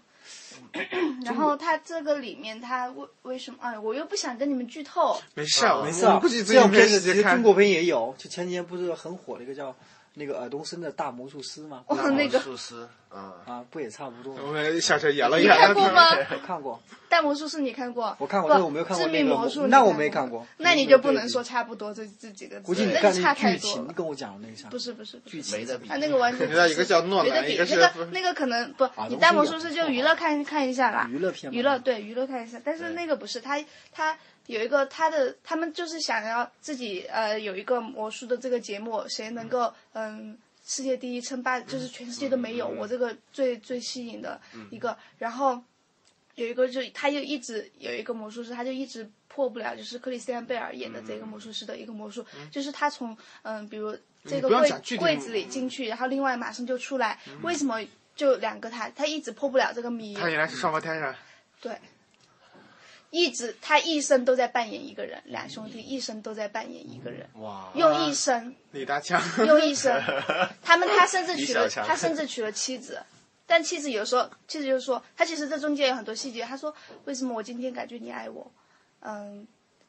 Speaker 4: 嗯
Speaker 3: 然后他这个里面，他为为什么？哎，我又不想跟你们剧透，
Speaker 1: 没事啊，
Speaker 4: 啊
Speaker 1: 我
Speaker 2: 没
Speaker 1: 们
Speaker 2: 事
Speaker 1: 我
Speaker 2: 啊
Speaker 1: 们，估计
Speaker 2: 这
Speaker 1: 最近
Speaker 2: 样
Speaker 1: 没
Speaker 2: 片
Speaker 1: 时
Speaker 2: 子其
Speaker 1: 间
Speaker 2: 实
Speaker 1: 看
Speaker 2: 中国片也有，就前几年不是很火的一个叫那个尔冬升的大魔术师吗？
Speaker 3: 哦那个
Speaker 4: 魔术师啊，
Speaker 2: 啊，不也差不多
Speaker 1: 我
Speaker 2: 吗？
Speaker 1: 们小陈演了
Speaker 4: 哎
Speaker 3: 你
Speaker 1: 演
Speaker 3: 看过
Speaker 1: 了，
Speaker 3: 吗？
Speaker 2: 我看过，
Speaker 3: 但魔术师你看过？
Speaker 2: 我看过，
Speaker 3: 不
Speaker 2: 但我没有看过
Speaker 3: 致
Speaker 2: 那
Speaker 3: 命
Speaker 2: 个
Speaker 3: 魔术，
Speaker 2: 那
Speaker 3: 你
Speaker 2: 我没看。过。
Speaker 3: 那你就不能说差不多这这几个字，
Speaker 2: 估计你
Speaker 3: 那
Speaker 2: 看
Speaker 3: 个差
Speaker 2: 那
Speaker 3: 太
Speaker 2: 剧
Speaker 3: 多了
Speaker 2: 情。跟我讲的那个啥，
Speaker 3: 不是不是不是
Speaker 2: 剧情
Speaker 4: 没得比
Speaker 3: 他那个完全
Speaker 1: 你知道一个叫诺
Speaker 3: 没得
Speaker 1: 兰，一
Speaker 3: 比，
Speaker 1: 个
Speaker 3: 那
Speaker 1: 是
Speaker 3: 个那个可能不，你大魔术师就娱乐看看一下啦，
Speaker 2: 娱乐片嘛
Speaker 3: 娱乐对娱乐看一下，但是那个不是他他有一个他的他们就是想要自己呃有一个魔术的这个节目，谁能够嗯。世界第一称霸就是全世界都没有，
Speaker 1: 嗯
Speaker 3: 我这个最最吸引的一个。然后有一个就他就一直有一个魔术师，他就一直破不了，就是克里斯蒂安贝尔演的这个魔术师的一个魔术，就是他从嗯，比如这个
Speaker 1: 不要
Speaker 3: 柜
Speaker 1: 讲具体嗯
Speaker 3: 柜子里进去，然后另外马上就出来，为什么就两个他？他一直破不了这个谜，
Speaker 1: 他原来是双胞胎是吧？
Speaker 3: 对，一直他一生都在扮演一个人，两兄弟一生都在扮演一个人，
Speaker 4: 嗯哇，
Speaker 3: 用一生，
Speaker 1: 啊李大 强，
Speaker 3: 用一生， 他们他甚至娶
Speaker 4: 李小
Speaker 3: 了
Speaker 4: 强
Speaker 3: 他甚至娶了妻子，但妻子有时候妻子就说，他其实这中间有很多细节，他说为什么我今天感觉你爱我，嗯，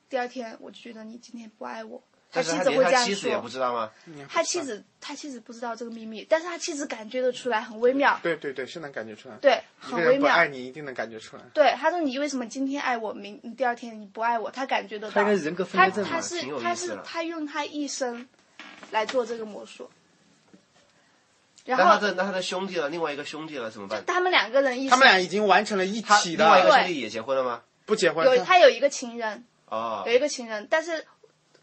Speaker 3: 第二天我就觉得你今天不爱我，他
Speaker 4: 但
Speaker 3: 妻
Speaker 4: 是他
Speaker 3: 子
Speaker 4: 连
Speaker 3: 会这
Speaker 4: 他
Speaker 3: 样
Speaker 4: 妻子也
Speaker 3: 说
Speaker 4: 不。知嗯道吗？
Speaker 3: 他妻子，他妻子不知道这个秘密，但是他妻子感觉得出来，很微 妙，
Speaker 1: 对对对，是能感觉出来，
Speaker 3: 对，
Speaker 1: 一个
Speaker 3: 很微
Speaker 1: 人不
Speaker 3: 妙。
Speaker 1: 爱你一定能感觉出来。
Speaker 3: 对，他说你为什么今天爱我，明第二天你不爱我？他感觉得
Speaker 2: 他
Speaker 3: 到
Speaker 2: 应该。是人格分
Speaker 3: 他
Speaker 2: 裂症
Speaker 3: 他
Speaker 2: 吧？
Speaker 3: 是
Speaker 4: 挺有意思的
Speaker 3: 他是他用他一生来做这个魔术，然
Speaker 4: 那他
Speaker 3: 后
Speaker 4: 的那他的兄弟了，另外一个兄弟了怎么办？
Speaker 3: 他们两个人一
Speaker 1: 他
Speaker 3: 生
Speaker 1: 们俩已经完成了一
Speaker 4: 他
Speaker 1: 起
Speaker 4: 另外一个
Speaker 1: 的，
Speaker 4: 兄弟也结婚了吗？
Speaker 1: 不结婚，
Speaker 3: 有他有一个情人，
Speaker 4: 哦
Speaker 3: 有，一个情人，但是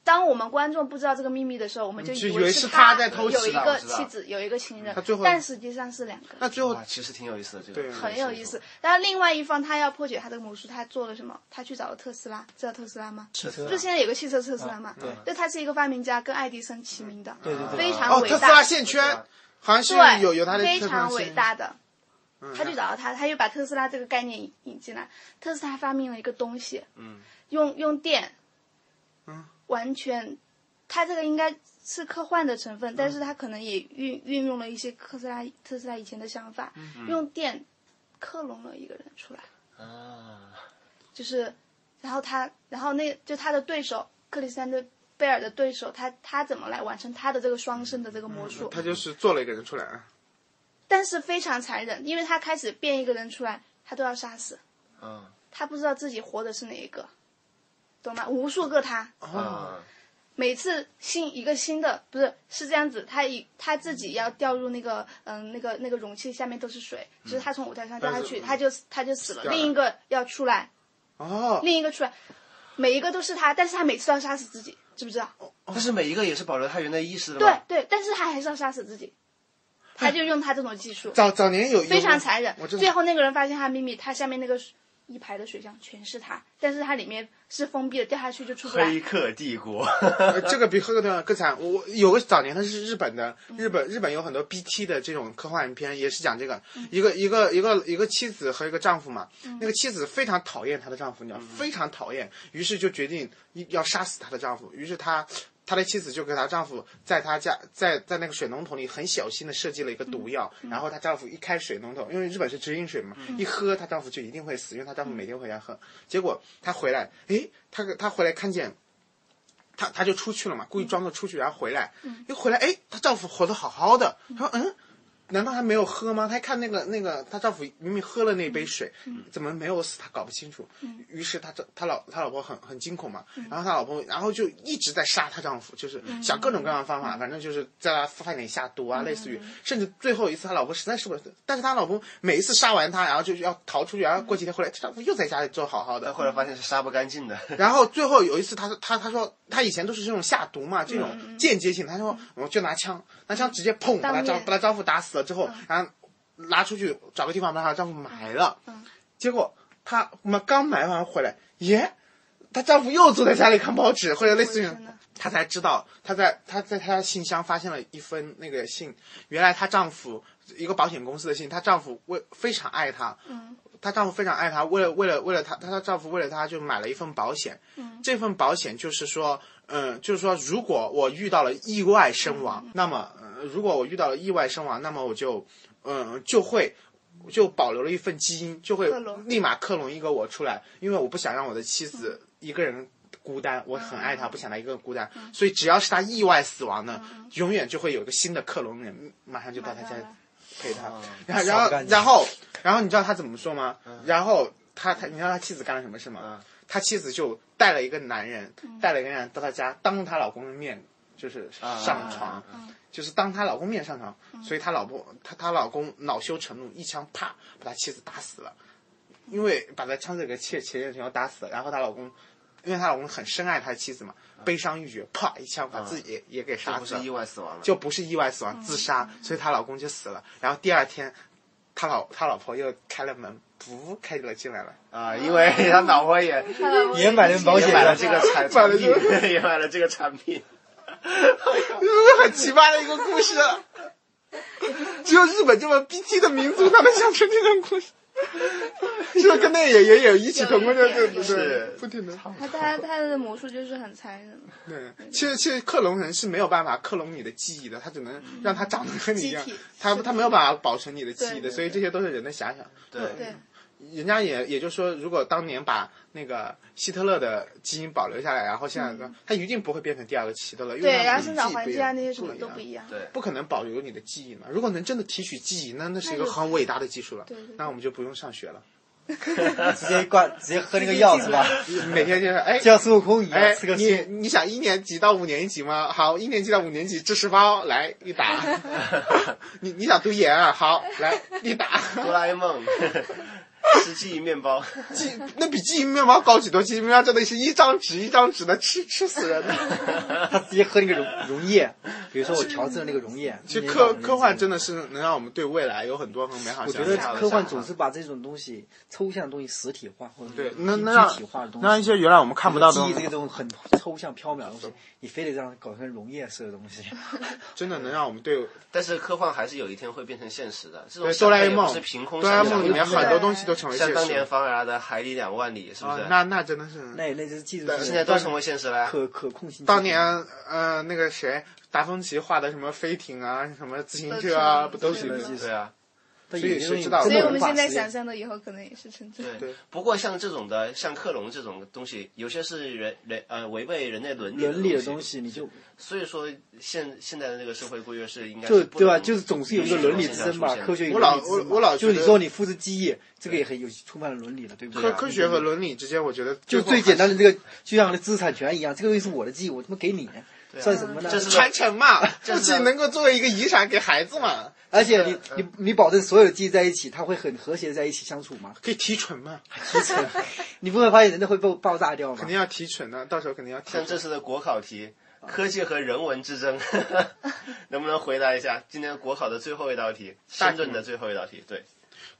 Speaker 3: 当我们观众不知道这个秘密的时候，我们就
Speaker 1: 就
Speaker 3: 以
Speaker 1: 以为
Speaker 3: 是
Speaker 1: 是他在偷袭
Speaker 3: 有一
Speaker 1: 了
Speaker 4: 我
Speaker 3: 个
Speaker 4: 知道
Speaker 3: 妻子，有一个情人
Speaker 1: 他最后，
Speaker 3: 但实际上是两个。
Speaker 1: 那最后哦
Speaker 4: 哇，其实挺有意思的这
Speaker 1: 对
Speaker 4: 个，
Speaker 3: 很有意思。但是另外一方，他要破解他这个魔术，他做了什么？他去找了特斯拉，知道特斯拉吗？
Speaker 4: 是啊
Speaker 2: 车啊
Speaker 3: 就现在有个汽车特斯拉嘛，
Speaker 2: 对
Speaker 3: 就他是一个发明家，跟爱迪生齐名的，
Speaker 2: 对对对
Speaker 3: 非常
Speaker 1: 哦，
Speaker 3: 伟
Speaker 1: 特斯拉
Speaker 3: 大，
Speaker 1: 线圈好像是
Speaker 3: 对，
Speaker 1: 有有他的
Speaker 3: 非
Speaker 1: 特嗯斯拉
Speaker 3: 常
Speaker 1: 线
Speaker 3: 伟大的。他去找到他，他又把特斯拉这个概念引引进来。特斯拉发明了一个东西，
Speaker 4: 嗯，
Speaker 3: 用用电，
Speaker 1: 嗯，
Speaker 3: 完全，他这个应该是科幻的成分，但是他可能也运运用了一些特斯拉特斯拉以前的想法，
Speaker 1: 嗯
Speaker 3: 用电克隆了一个人出来。
Speaker 2: 嗯
Speaker 4: 啊，
Speaker 3: 就是，然后他，然后那就他的对手克里斯汀贝尔的对手，他他怎么来完成他的这个双生的这个魔术？
Speaker 1: 嗯他就是做了一个人出来啊。
Speaker 3: 但是非常残忍，因为他开始变一个人出来，他都要杀死，
Speaker 4: 嗯
Speaker 3: 他不知道自己活的是哪一个，懂吗？无数个他，
Speaker 1: 哦，
Speaker 4: 啊，
Speaker 3: 每次新一个新的不是是这样子，他一他自己要掉入那个嗯、那个那个容器下面都是水，就是他从舞台上掉下
Speaker 1: 但
Speaker 3: 去，
Speaker 1: 是
Speaker 3: 他就他就死了，
Speaker 1: 掉了
Speaker 3: 另一个要出来，
Speaker 1: 哦，
Speaker 3: 另一个出来，每一个都是他，但是他每次都要杀死自己，知不知道？
Speaker 4: 但是每一个也是保留他原来意识的
Speaker 3: 对
Speaker 4: 吗？
Speaker 3: 对，但是他还是要杀死自己，他就用他这种技术，
Speaker 1: 早早年有
Speaker 3: 非常残忍
Speaker 1: 我。知道
Speaker 3: 最后那个人发现他秘密，他下面那个水一排的水箱全是他，但是它里面是封闭的，掉下去就出不来
Speaker 4: 黑。客帝国，
Speaker 1: 呃，这个比赫克顿更惨。我有个早年它是日本的，日本日本有很多 BT 的这种科幻片，也是讲这个一个一个一个一个妻子和一个丈夫嘛。那个妻子非常讨厌她的丈夫，你知道，非常讨厌，于是就决定一要杀死她的丈夫。于是她她的妻子就给她丈夫在她家在在那个水龙头里很小心的设计了一个毒药，然后她丈夫一开水龙头，因为日本是直饮水嘛，一喝她丈夫就一定会死，因为她丈夫每天回家喝。结果她回来，诶，她她回来看见。她她就出去了嘛，故意装作出去，然后回来，一回来，哎，她丈夫活得好好的，她说，嗯，难道还没有喝吗？她一看那个那个，她丈夫明明喝了那杯水，怎么没有死？她搞不清楚。于是她这她老她老婆很很惊恐嘛，然后她老婆然后就一直在杀她丈夫，就是想各种各样的方法，反正就是在她饭里下毒啊，类似于，甚至最后一次她老婆实在受不了，但是她老公每一次杀完她，然后就要逃出去，然后过几天回来，她丈夫又在家里做好好的，
Speaker 4: 后来发现是杀不干净的。
Speaker 1: 然后最后有一次他，他他说他以前都是这种下毒嘛，这
Speaker 3: 嗯
Speaker 1: 种间接性。他说我就拿枪，拿枪直接砰把他
Speaker 3: 当面嗯
Speaker 1: 丈把他丈夫打死了之后，然后拉出去找个地方把她丈夫埋了。
Speaker 3: 嗯
Speaker 1: 结果她埋刚埋完回来，耶，她丈夫又坐在家里看报纸，或者类似于
Speaker 3: 我的天哪
Speaker 1: 她才知道，她在她在她的信箱发现了一封那个信，原来她丈夫一个保险公司的信，她丈夫为非常爱她，
Speaker 3: 嗯
Speaker 1: 她丈夫非常爱她，为了为了为了她，她她丈夫为了她就买了一份保险。
Speaker 3: 嗯
Speaker 1: 这份保险就是说，嗯，就是说，如果我遇到了意外身亡，
Speaker 3: 嗯
Speaker 1: 那么、呃如果我遇到了意外身亡，那么我就，嗯，就会。就保留了一份基因，就会
Speaker 3: 克隆嗯
Speaker 1: 立马克隆一个我出来，因为我不想让我的妻子一个人孤单，我很爱她，不想她一个人孤单，
Speaker 3: 嗯
Speaker 1: 所以只要是她意外死亡呢，永远就会有一个新的克隆人马上就到她家
Speaker 3: 买到了
Speaker 1: 陪她。
Speaker 4: 啊
Speaker 1: 然后然
Speaker 2: 扫不
Speaker 1: 后
Speaker 2: 干净
Speaker 1: 然后然后你知道他怎么说吗？然后他他你知道他妻子干了什么事吗？
Speaker 4: 嗯
Speaker 1: 他妻子就带了一个男人，带了一个男人到他家，当着她老公的面就是上床，
Speaker 4: 啊
Speaker 1: 就是当她老公面上床，
Speaker 4: 嗯
Speaker 1: 所以她老婆她她老公恼羞成怒，一枪啪把她妻子打死了，因为把她枪子给切前任全部打死了，然后她老公。因为她老公很深爱她的妻子嘛，悲伤欲绝，啪一枪把自己也也给
Speaker 4: 嗯这
Speaker 1: 杀
Speaker 4: 不
Speaker 1: 死
Speaker 4: 是
Speaker 1: 了
Speaker 4: 意。外死亡了，
Speaker 1: 就不是意外死亡，自杀，
Speaker 3: 嗯
Speaker 1: 所以她老公就死了。然后第二天，她老她老婆又开了门，噗，开了进来了。
Speaker 4: 啊，因为他老婆也
Speaker 3: 看来我
Speaker 2: 也买了保
Speaker 4: 也
Speaker 2: 险
Speaker 4: 买了
Speaker 2: 了
Speaker 4: 这个产
Speaker 1: 买了
Speaker 4: 产品
Speaker 1: 这，
Speaker 4: 也买了这个产品。
Speaker 1: 很奇葩的一个故事，啊只有日本这么 BT 的民族才能想出这种故事。是不是跟那也也有异曲同工的？对对对
Speaker 4: 是，
Speaker 1: 不停的。
Speaker 3: 他他他的魔术就是很残忍，
Speaker 1: 对，其实其实克隆人是没有办法克隆你的记忆的，他只能让他长得和你一样
Speaker 3: 机体，
Speaker 1: 他他没有办法保存你的记忆
Speaker 3: 对
Speaker 1: 的，
Speaker 3: 对
Speaker 1: 所以这些都是人的遐想。
Speaker 4: 对
Speaker 3: 对，
Speaker 1: 人家也也就是说，如果当年把那个希特勒的基因保留下来，然后现在、他一定不会变成第二个希特勒，因为
Speaker 3: 嗯对，然后
Speaker 1: 他
Speaker 3: 生
Speaker 1: 们
Speaker 3: 长
Speaker 1: 记忆
Speaker 3: 环
Speaker 1: 不一
Speaker 3: 境啊
Speaker 1: 样
Speaker 3: 那些什么都
Speaker 1: 不
Speaker 3: 不
Speaker 1: 一样
Speaker 3: 一样。
Speaker 4: 对，
Speaker 1: 不可能保留你的记忆嘛。如果能真的提取记忆，那那是一个
Speaker 3: 那就
Speaker 1: 很伟大的技术了。
Speaker 3: 对对对
Speaker 1: 那我们就不用上学了，
Speaker 2: 直接挂，直接喝那个药是吧？
Speaker 1: 每天就是哎。
Speaker 2: 像孙悟空一样
Speaker 1: 哎
Speaker 2: 吃个，
Speaker 1: 你
Speaker 2: 素。
Speaker 1: 你想一年级到五年级吗？好，一年级到五年级知识包来一打。 你你想读研啊？好，来一打。
Speaker 4: 哆啦 A 梦，吃记忆面包，
Speaker 1: 记 那比记忆面包高几多？记忆面包真的是一张纸一张纸的吃吃死人的。
Speaker 2: 他直接喝那个溶溶液，比如说我调制的那个溶液。
Speaker 1: 其实
Speaker 2: 那
Speaker 1: 科
Speaker 2: 个
Speaker 1: 科幻真的是能让我们对未来有很多很美好
Speaker 2: 我
Speaker 1: 想象。
Speaker 2: 觉得
Speaker 4: 想法
Speaker 2: 科幻总是把这种东西抽象的东西实体化，或者
Speaker 1: 对
Speaker 2: 具
Speaker 1: 那那让
Speaker 2: 具体化的东
Speaker 1: 那一
Speaker 2: 西。
Speaker 1: 些原来我们看不到的
Speaker 2: 记
Speaker 1: 东
Speaker 2: 忆这
Speaker 1: 西，
Speaker 2: 种很抽象缥缈的东西，你非得这样搞成溶液式的东西，
Speaker 1: 真的能让我们对
Speaker 4: 但是科幻还是有一天会变成现实的。这种
Speaker 1: 对哆啦 A
Speaker 4: 想法也不
Speaker 1: 梦
Speaker 4: 是凭空
Speaker 1: 哆啦 A
Speaker 4: 想
Speaker 1: 梦
Speaker 4: 象
Speaker 1: 里面
Speaker 4: 的，
Speaker 1: 很多东西都成为现
Speaker 4: 像当年
Speaker 1: 实。
Speaker 4: 方达的《海底两万里》，是不
Speaker 1: 啊
Speaker 4: 是，？
Speaker 1: 那那真的是，
Speaker 2: 那也那就是技术
Speaker 1: 对
Speaker 4: 现
Speaker 2: 性
Speaker 4: 在都成为现实了呀。
Speaker 2: 可可控性。
Speaker 1: 当年呃那个谁达芬奇画的什么飞艇啊，什么自行车啊，不都
Speaker 3: 都是
Speaker 1: 是
Speaker 2: 那技术
Speaker 4: 对啊，
Speaker 2: 但有些东
Speaker 1: 所以谁
Speaker 2: 西
Speaker 1: 知道
Speaker 2: 真
Speaker 3: 所以
Speaker 2: 的
Speaker 3: 我们
Speaker 2: 无法
Speaker 3: 现在
Speaker 2: 实现
Speaker 3: 想象的以后可能也是成真。
Speaker 1: 对
Speaker 4: 对。不过像这种的，像克隆这种东西，有些是人人呃违背人类伦理
Speaker 2: 伦理的东
Speaker 4: 东。
Speaker 2: 西，你就
Speaker 4: 所以说现现在的这个社会规约是应该
Speaker 2: 就是
Speaker 4: 不
Speaker 2: 对吧？啊
Speaker 4: 能
Speaker 2: 就是总是有一个伦理之争
Speaker 4: 允
Speaker 2: 吧
Speaker 4: 许这种现，象
Speaker 2: 科学有
Speaker 1: 我
Speaker 2: 一个
Speaker 1: 老
Speaker 2: 伦理之争嘛
Speaker 1: 我我老觉
Speaker 2: 就
Speaker 1: 得
Speaker 2: 是你说你复制记忆，这个也很有充满了伦理的，对不
Speaker 1: 科
Speaker 2: 对？啊
Speaker 1: 科学和伦理之间，我觉得
Speaker 2: 就最简单的这个，就像知识产权一样，这个东西是我的记忆，我他妈给你，算什么呢
Speaker 4: 这？是
Speaker 1: 传承 嘛，
Speaker 4: 这
Speaker 1: 不
Speaker 4: 是
Speaker 1: 仅能够作为一个遗产给孩子嘛，
Speaker 2: 而且
Speaker 1: 呃
Speaker 2: 你你你保证所有的记忆在一起，它会很和谐的在一起相处吗？
Speaker 1: 可以提纯嘛，
Speaker 2: 你不会发现人类会爆爆炸掉吗
Speaker 1: 肯？定要提纯的，到时候肯定要提
Speaker 4: 像
Speaker 1: 纯。
Speaker 4: 这次的国考题，科技和人文之争， 能不能回答一下今天国考的最后一道题，
Speaker 1: 大
Speaker 4: 深圳的最后一道题？对，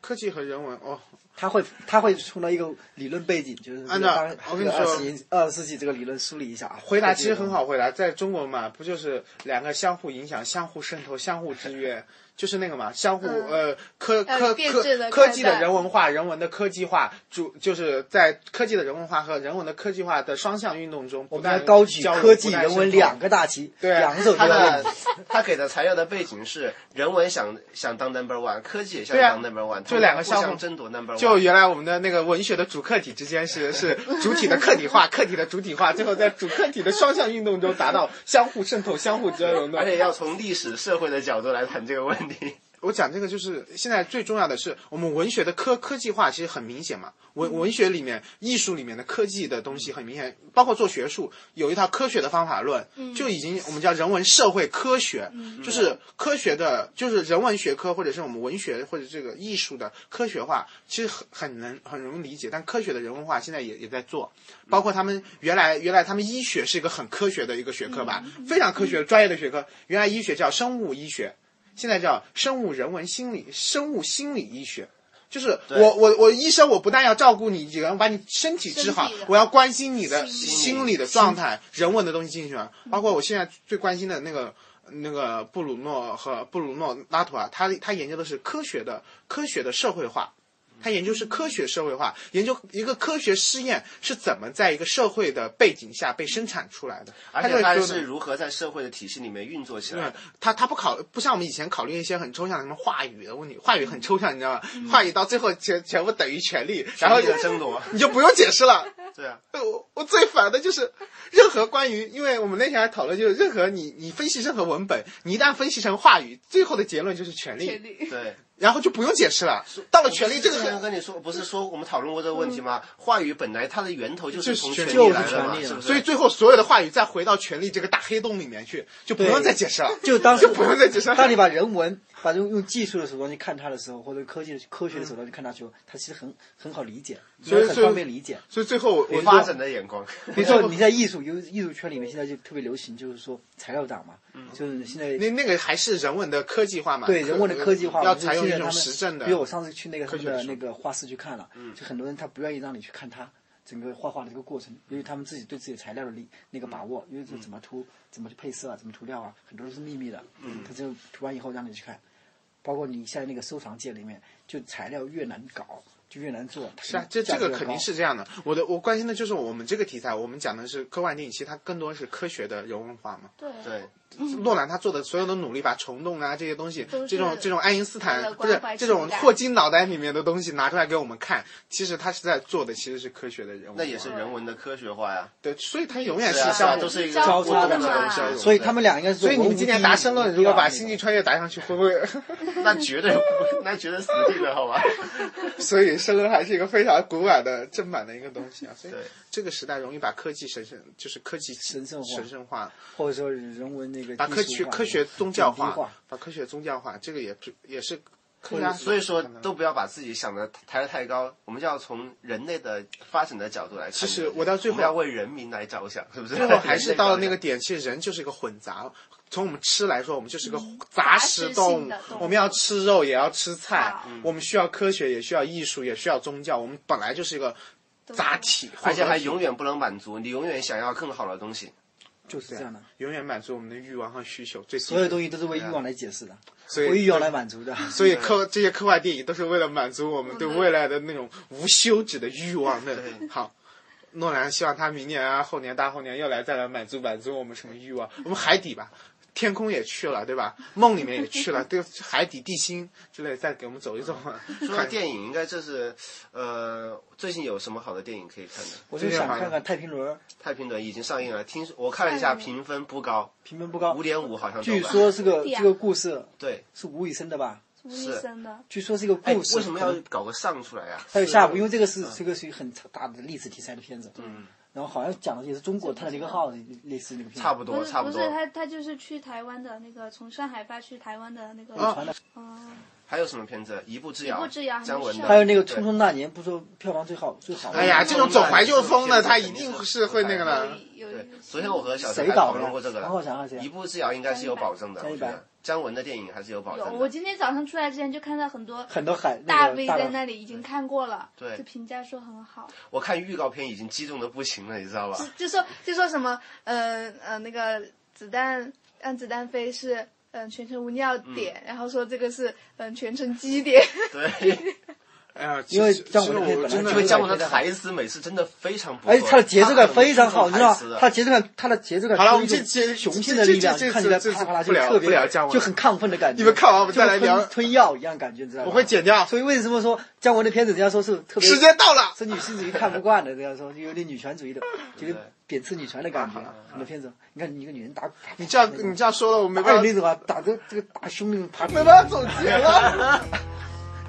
Speaker 1: 科技和人文哦，
Speaker 2: 他会他会从到一个理论背景，就是
Speaker 1: 按照
Speaker 2: 当
Speaker 1: 我跟你说
Speaker 2: 二十一二十世纪这个理论梳理一下啊。
Speaker 1: 回答其实很好回答，在中国嘛，不就是两个相互影响、相互渗透、相互制约，就是那个嘛，相互、
Speaker 3: 嗯
Speaker 1: 呃科
Speaker 3: 要有
Speaker 1: 科
Speaker 3: 变质
Speaker 1: 科
Speaker 3: 的
Speaker 1: 科
Speaker 3: 看
Speaker 1: 技的
Speaker 3: 待
Speaker 1: 人文化、人文的科技化，主就是在科技的人文化和人文的科技化的双向运动中，
Speaker 2: 我
Speaker 1: 不
Speaker 2: 们要
Speaker 1: 断
Speaker 2: 高举
Speaker 1: 交融
Speaker 2: 科技
Speaker 1: 不断
Speaker 2: 人文
Speaker 1: 渗透
Speaker 2: 两个大旗，
Speaker 1: 对啊
Speaker 2: 两手
Speaker 4: 他
Speaker 2: 都要
Speaker 4: 的
Speaker 2: 用。
Speaker 4: 他给的材料的背景是人文想想当 number one，科技也想
Speaker 1: 对啊
Speaker 4: 当 number one，
Speaker 1: 就两个
Speaker 4: 他们互
Speaker 1: 项
Speaker 4: 相
Speaker 1: 目
Speaker 4: 争夺 number one。
Speaker 1: 就原来我们的那个文学的主客体之间是是主体的客体化，客体的主体化，最后在主客体的双向运动中达到相互渗透、相互交融的
Speaker 4: 而。且要从历史社会的角度来谈这个问题。
Speaker 1: 我讲这个就是现在最重要的是，我们文学的科科技化其实很明显嘛，文文学里面、艺术里面的科技的东西很明显，包括做学术有一套科学的方法论，
Speaker 3: 嗯
Speaker 1: 就已经我们叫人文社会科学，就是科学的，就是人文学科或者是我们文学或者这个艺术的科学化，其实很很能很容易理解，但科学的人文化现在也也在做，包括他们原来原来他们医学是一个很科学的一个学科吧，非常科学专业的学科，原来医学叫生物医学。现在叫生物人文心理、生物心理医学。就是我我我医生，我不但要照顾你，也要把你身体治好
Speaker 3: 身体，的
Speaker 1: 我要关心你的
Speaker 3: 心理
Speaker 1: 心理的状态、人文的东西进去了。包括我现在最关心的那个那个布鲁诺和布鲁诺拉图啊，他他研究的是科学的科学的社会化，他研究是科学社会化，研究一个科学试验是怎么在一个社会的背景下被生产出来的。
Speaker 4: 而且
Speaker 1: 就
Speaker 4: 它
Speaker 1: 说嗯
Speaker 4: 是如何在社会的体系里面运作起来
Speaker 1: 对
Speaker 4: 的？，
Speaker 1: 他他不考，不像我们以前考虑一些很抽象的什么话语的问题，话语很抽象，你知道吧？
Speaker 4: 嗯
Speaker 1: 话语到最后全全部等于权力，然后
Speaker 4: 权力的争 夺，
Speaker 1: 你就不用解释了。
Speaker 4: 对啊，
Speaker 1: 我我最烦的就是任何关于，因为我们那天还讨论，就是任何你你分析任何文本，你一旦分析成话语，最后的结论就是权
Speaker 3: 权
Speaker 1: 力，
Speaker 3: 利，
Speaker 4: 对。
Speaker 1: 然后就不用解释了。到哦了权力这个
Speaker 4: 之前
Speaker 1: 很嗯
Speaker 4: 跟你说，不是说我们讨论过这个问题吗？话语本来它的源头就是从
Speaker 1: 就是
Speaker 4: 权
Speaker 1: 权
Speaker 4: 力
Speaker 1: 力啊
Speaker 4: 来的嘛，
Speaker 2: 就是权力
Speaker 4: 是不是？
Speaker 1: 所以最后所有的话语再回到权力这个大黑洞里面去，就不用
Speaker 2: 对
Speaker 1: 再解 释了。
Speaker 2: 就当时
Speaker 1: 就 不用再解释了
Speaker 2: 当你把人文、把用用技术的手段去看它的时候，或者科技的科学的手段去看它的时候，它其实很很好理解，
Speaker 1: 所以
Speaker 2: 很
Speaker 1: 所以
Speaker 2: 方便理解。
Speaker 1: 所以最后我
Speaker 4: 发展的眼 光，
Speaker 2: 比如说你在艺术有艺术圈里面，现在就特别流行，就是说材料党嘛，就是现在
Speaker 1: 嗯那那个还是人文的科技化嘛？
Speaker 2: 对人文的科技化，
Speaker 1: 要
Speaker 2: 就是
Speaker 1: 采用一
Speaker 2: 现在他
Speaker 1: 种
Speaker 2: 们
Speaker 1: 实证的。
Speaker 2: 比如我上次去那个他们
Speaker 1: 科学
Speaker 2: 的
Speaker 1: 的嗯
Speaker 2: 那个画室去看了，就很多人他不愿意让你去看他整个画画的这个过程，因为他们自己对自己材料的理那个把
Speaker 1: 嗯
Speaker 2: 握，因为这怎么涂、怎么去配色啊、怎么涂料啊，很多都是秘密的。嗯，他就涂完以后让你去看，包括你在那个收藏界里面，就材料越难搞就越难做。
Speaker 1: 是啊，这这个肯定是这样的。我的我关心的就是我们这个题材，我们讲的是科幻电影，其实它更多是科学的人文化嘛。
Speaker 3: 对
Speaker 4: 对，
Speaker 1: 诺兰他做的所有的努力，把虫洞啊这些东西
Speaker 3: 都，是
Speaker 1: 这种这种爱因斯
Speaker 3: 为了
Speaker 1: 坦不
Speaker 3: 关
Speaker 1: 是
Speaker 3: 怀
Speaker 1: 这种
Speaker 3: 情感
Speaker 1: 霍金脑袋里面的东西拿出来给我们看，其实他是在做的其实是科学的人文化，
Speaker 4: 那也是人文的科学化呀。
Speaker 1: 对，所以他永远
Speaker 4: 对
Speaker 1: 嗯是
Speaker 4: 啊，
Speaker 1: 像
Speaker 4: 都是一个
Speaker 3: 交
Speaker 2: 交叉
Speaker 3: 叉的
Speaker 2: 的
Speaker 4: 嘛
Speaker 3: 嘛，
Speaker 2: 所以他们俩应该是
Speaker 1: 所以你
Speaker 2: 文无
Speaker 1: 们今年
Speaker 2: 第一
Speaker 1: 达申
Speaker 2: 武
Speaker 1: 论，
Speaker 2: 无
Speaker 1: 如果
Speaker 2: 第二
Speaker 1: 把
Speaker 2: 那
Speaker 1: 《
Speaker 2: 种
Speaker 1: 星际穿越》答上去，会不会？
Speaker 4: 那绝对不，那绝对死定了，好吧？
Speaker 1: 所以申论还是一个非常古板的正版的一个东西啊。所以
Speaker 4: 对
Speaker 1: 这个时代容易把科技神圣，就是科技
Speaker 2: 神圣化
Speaker 1: 神圣化。
Speaker 2: 或者说人文那个
Speaker 1: 把科
Speaker 2: 技
Speaker 1: 学
Speaker 2: 术化
Speaker 1: 科学宗
Speaker 2: 减
Speaker 1: 教
Speaker 2: 低
Speaker 1: 化
Speaker 2: 化，
Speaker 1: 把科学宗教化，这个也是也是科学
Speaker 2: 或者
Speaker 1: 家。
Speaker 4: 所以说，都不要把自己想的抬得太高，我们就要从人类的发展的角度来看。
Speaker 1: 其实我到最后
Speaker 4: 我们要为人民来着想，是不是？
Speaker 1: 最后还是到了那个
Speaker 4: 人类着想
Speaker 1: 点，其实人就是一个混杂。从我们吃来说，我们就是个杂食
Speaker 3: 杂食性的
Speaker 1: 动物
Speaker 3: 动，物
Speaker 1: 我们要吃肉，也要吃菜
Speaker 3: 啊，
Speaker 1: 我们需要科学，也需要艺术，也需要宗教。我们本来就是一个杂体，
Speaker 4: 而且还
Speaker 1: 永
Speaker 4: 永远不能满足，你永远想要更好的东西。
Speaker 2: 就是这样的。
Speaker 1: 永远满足我们的欲望和需求。最基
Speaker 2: 所有
Speaker 1: 本的
Speaker 2: 东西都是为欲望来解释的，
Speaker 1: 所以
Speaker 2: 为欲望来满足的。
Speaker 1: 所以科这些科幻电影都是为了满足我们对
Speaker 3: 我们
Speaker 1: 未来的那种无休止的欲望的
Speaker 4: 对。
Speaker 1: 好，诺兰希望他明年啊、后年、大后年又来再来满足满足我们什么欲望？我们海底吧，天空也去了，对吧？梦里面也去了， 对海底、地心之类，再给我们走一走啊。
Speaker 4: 说到电影，应该这是，呃，最近有什么好的电影可以看的？
Speaker 2: 我就想看看太平轮，
Speaker 4: 太平轮已经上映了，听我看了一下，评分不高，
Speaker 2: 评分不高
Speaker 4: 五，点五好像豆
Speaker 2: 据
Speaker 4: 瓣。
Speaker 2: 说是个
Speaker 3: 对呀
Speaker 2: 这个故事
Speaker 4: 对，
Speaker 2: 是吴宇森的吧？
Speaker 3: 吴宇森的，
Speaker 2: 据说是一个
Speaker 4: 哎，
Speaker 2: 故事，
Speaker 4: 为什么
Speaker 2: 可
Speaker 4: 要
Speaker 2: 能
Speaker 4: 搞个上出来呀、啊
Speaker 2: 还有下部？因为这个是这个是一个很大的历史题材的片子，嗯，然后好像讲的也是中国特一个号，类似那个片。
Speaker 4: 差不多
Speaker 3: 不是
Speaker 4: 差
Speaker 3: 不
Speaker 4: 多
Speaker 3: 是，。他他就是去台湾的那个，从上海发去台湾的那个，
Speaker 2: 传
Speaker 4: 啊
Speaker 2: 的。
Speaker 3: 嗯，
Speaker 4: 还有什么片子？一步之遥，
Speaker 3: 一步之遥还没
Speaker 4: 姜文的，
Speaker 3: 上
Speaker 2: 还有那个《
Speaker 4: 对
Speaker 2: 匆匆那年》，不说票房最好最好吗？
Speaker 1: 哎呀，这种走怀旧风的，
Speaker 4: 这种
Speaker 1: 他一定是会那个的。
Speaker 3: 有
Speaker 4: 对
Speaker 3: 有，
Speaker 4: 昨天我和小陈
Speaker 2: 谁
Speaker 4: 还
Speaker 2: 导
Speaker 4: 讨
Speaker 2: 的
Speaker 4: 论过这
Speaker 2: 呀？
Speaker 4: 个
Speaker 2: 黄浩
Speaker 4: 了。
Speaker 2: 翔还是
Speaker 4: 一
Speaker 2: 谁？
Speaker 4: 步之遥应该是有保证的，
Speaker 2: 江
Speaker 4: 我
Speaker 2: 一
Speaker 4: 觉
Speaker 2: 白
Speaker 4: 得姜文的电影还是有保
Speaker 3: 有，
Speaker 4: 证
Speaker 3: 我
Speaker 4: 的。
Speaker 3: 今天早上出来之前就看到很多
Speaker 2: 很多海
Speaker 3: 大
Speaker 2: 那个
Speaker 3: V
Speaker 2: 大
Speaker 3: 在
Speaker 2: 佬
Speaker 3: 那里已经看过了，
Speaker 4: 对
Speaker 3: 就评价说很好，
Speaker 4: 我看预告片已经激动的不行了，你知 道吧？
Speaker 3: 就说就说什么，呃呃，那个子弹让子弹飞是嗯、呃全程无尿点，然后说这个是嗯、呃全程基 点，
Speaker 4: 对，
Speaker 1: 哎呀，其
Speaker 2: 因为
Speaker 1: 实
Speaker 2: 姜
Speaker 1: 其
Speaker 2: 文
Speaker 1: 实
Speaker 2: 的片
Speaker 1: 我
Speaker 2: 本来
Speaker 1: 真
Speaker 2: 就
Speaker 1: 的
Speaker 4: 因
Speaker 2: 会
Speaker 4: 为姜
Speaker 2: 讲
Speaker 4: 文的台词每次真的非常不错，
Speaker 2: 而哎且他的节奏感非常好，你
Speaker 4: 他
Speaker 2: 知
Speaker 4: 很
Speaker 2: 道
Speaker 4: 会说台词，的
Speaker 2: 他节奏感，他的节奏感
Speaker 1: 好了我们
Speaker 2: 就是
Speaker 1: 这这
Speaker 2: 一种雄性的力量，
Speaker 1: 这这这
Speaker 2: 看起来
Speaker 1: 这这
Speaker 2: 啪啪啦
Speaker 1: 不
Speaker 2: 就
Speaker 1: 聊
Speaker 2: 特别
Speaker 1: 不聊姜文
Speaker 2: 就很亢奋的感觉。
Speaker 1: 你们看完我们再来
Speaker 2: 就跟
Speaker 1: 聊
Speaker 2: 吞吞药一样感觉，你知道吗？
Speaker 1: 我会剪掉。
Speaker 2: 所以为什么说姜文的片子，人家说是特别
Speaker 1: 时间到了，
Speaker 2: 是女性主义看不惯的，这样说就有点女权主 义的，有点贬斥女权的感觉。很多片子，你看你一个女人打，
Speaker 1: 啊你这样你这样说了，我没
Speaker 2: 打
Speaker 1: 办
Speaker 2: 你
Speaker 1: 法
Speaker 2: 那，种啊，打这这个打胸那种，啪。
Speaker 1: 没办法总结了。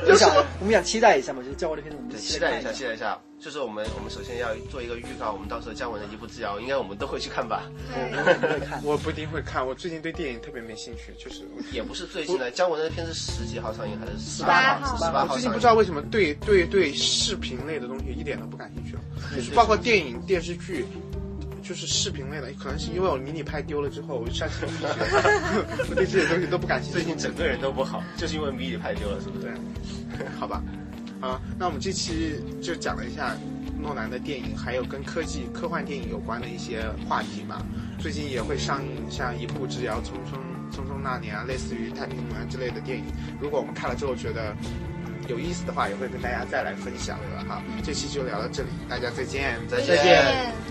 Speaker 2: 我想我们想期待一下嘛，就是姜文的片子，我们
Speaker 4: 对，
Speaker 2: 期
Speaker 4: 期
Speaker 2: 待
Speaker 4: 待
Speaker 2: 一
Speaker 4: 一下，期待一下。就是我们，我们首先要做一个预告，我们到时候姜文的一步之遥，应该我们都会去看吧？
Speaker 3: 对，
Speaker 2: 我们会看。
Speaker 1: 我不一定会看，我最近对电影特别没兴趣，就是我
Speaker 4: 也不是最近的，姜文的片是十几号上映还是十
Speaker 3: 八
Speaker 4: 号？
Speaker 3: 号
Speaker 4: 十八
Speaker 1: 我
Speaker 4: 号
Speaker 1: 最近
Speaker 4: 上
Speaker 1: 不
Speaker 4: 映
Speaker 1: 知。道为什么对对对视频类的东西一点都不感兴趣了，就是包括电影、电视剧，就是视频类的，可能是因为我迷你拍丢了之后，我上心理学， 我对这些东西都不感兴
Speaker 4: 最
Speaker 1: 趣
Speaker 4: 近。整个人都不好，就是因为迷你派丢了，是不是？
Speaker 1: 好吧，啊，那我们这期就讲了一下诺兰的电影，还有跟科技、科幻电影有关的一些话题吧。最近也会上映像《一步之遥》《匆匆匆匆那年》啊，类似于《太平轮》之类的电影。如果我们看了之后觉得嗯有意思的话，也会跟大家再来分享的哈。这期就聊到这里，大家再见，
Speaker 4: 再见
Speaker 3: 再见。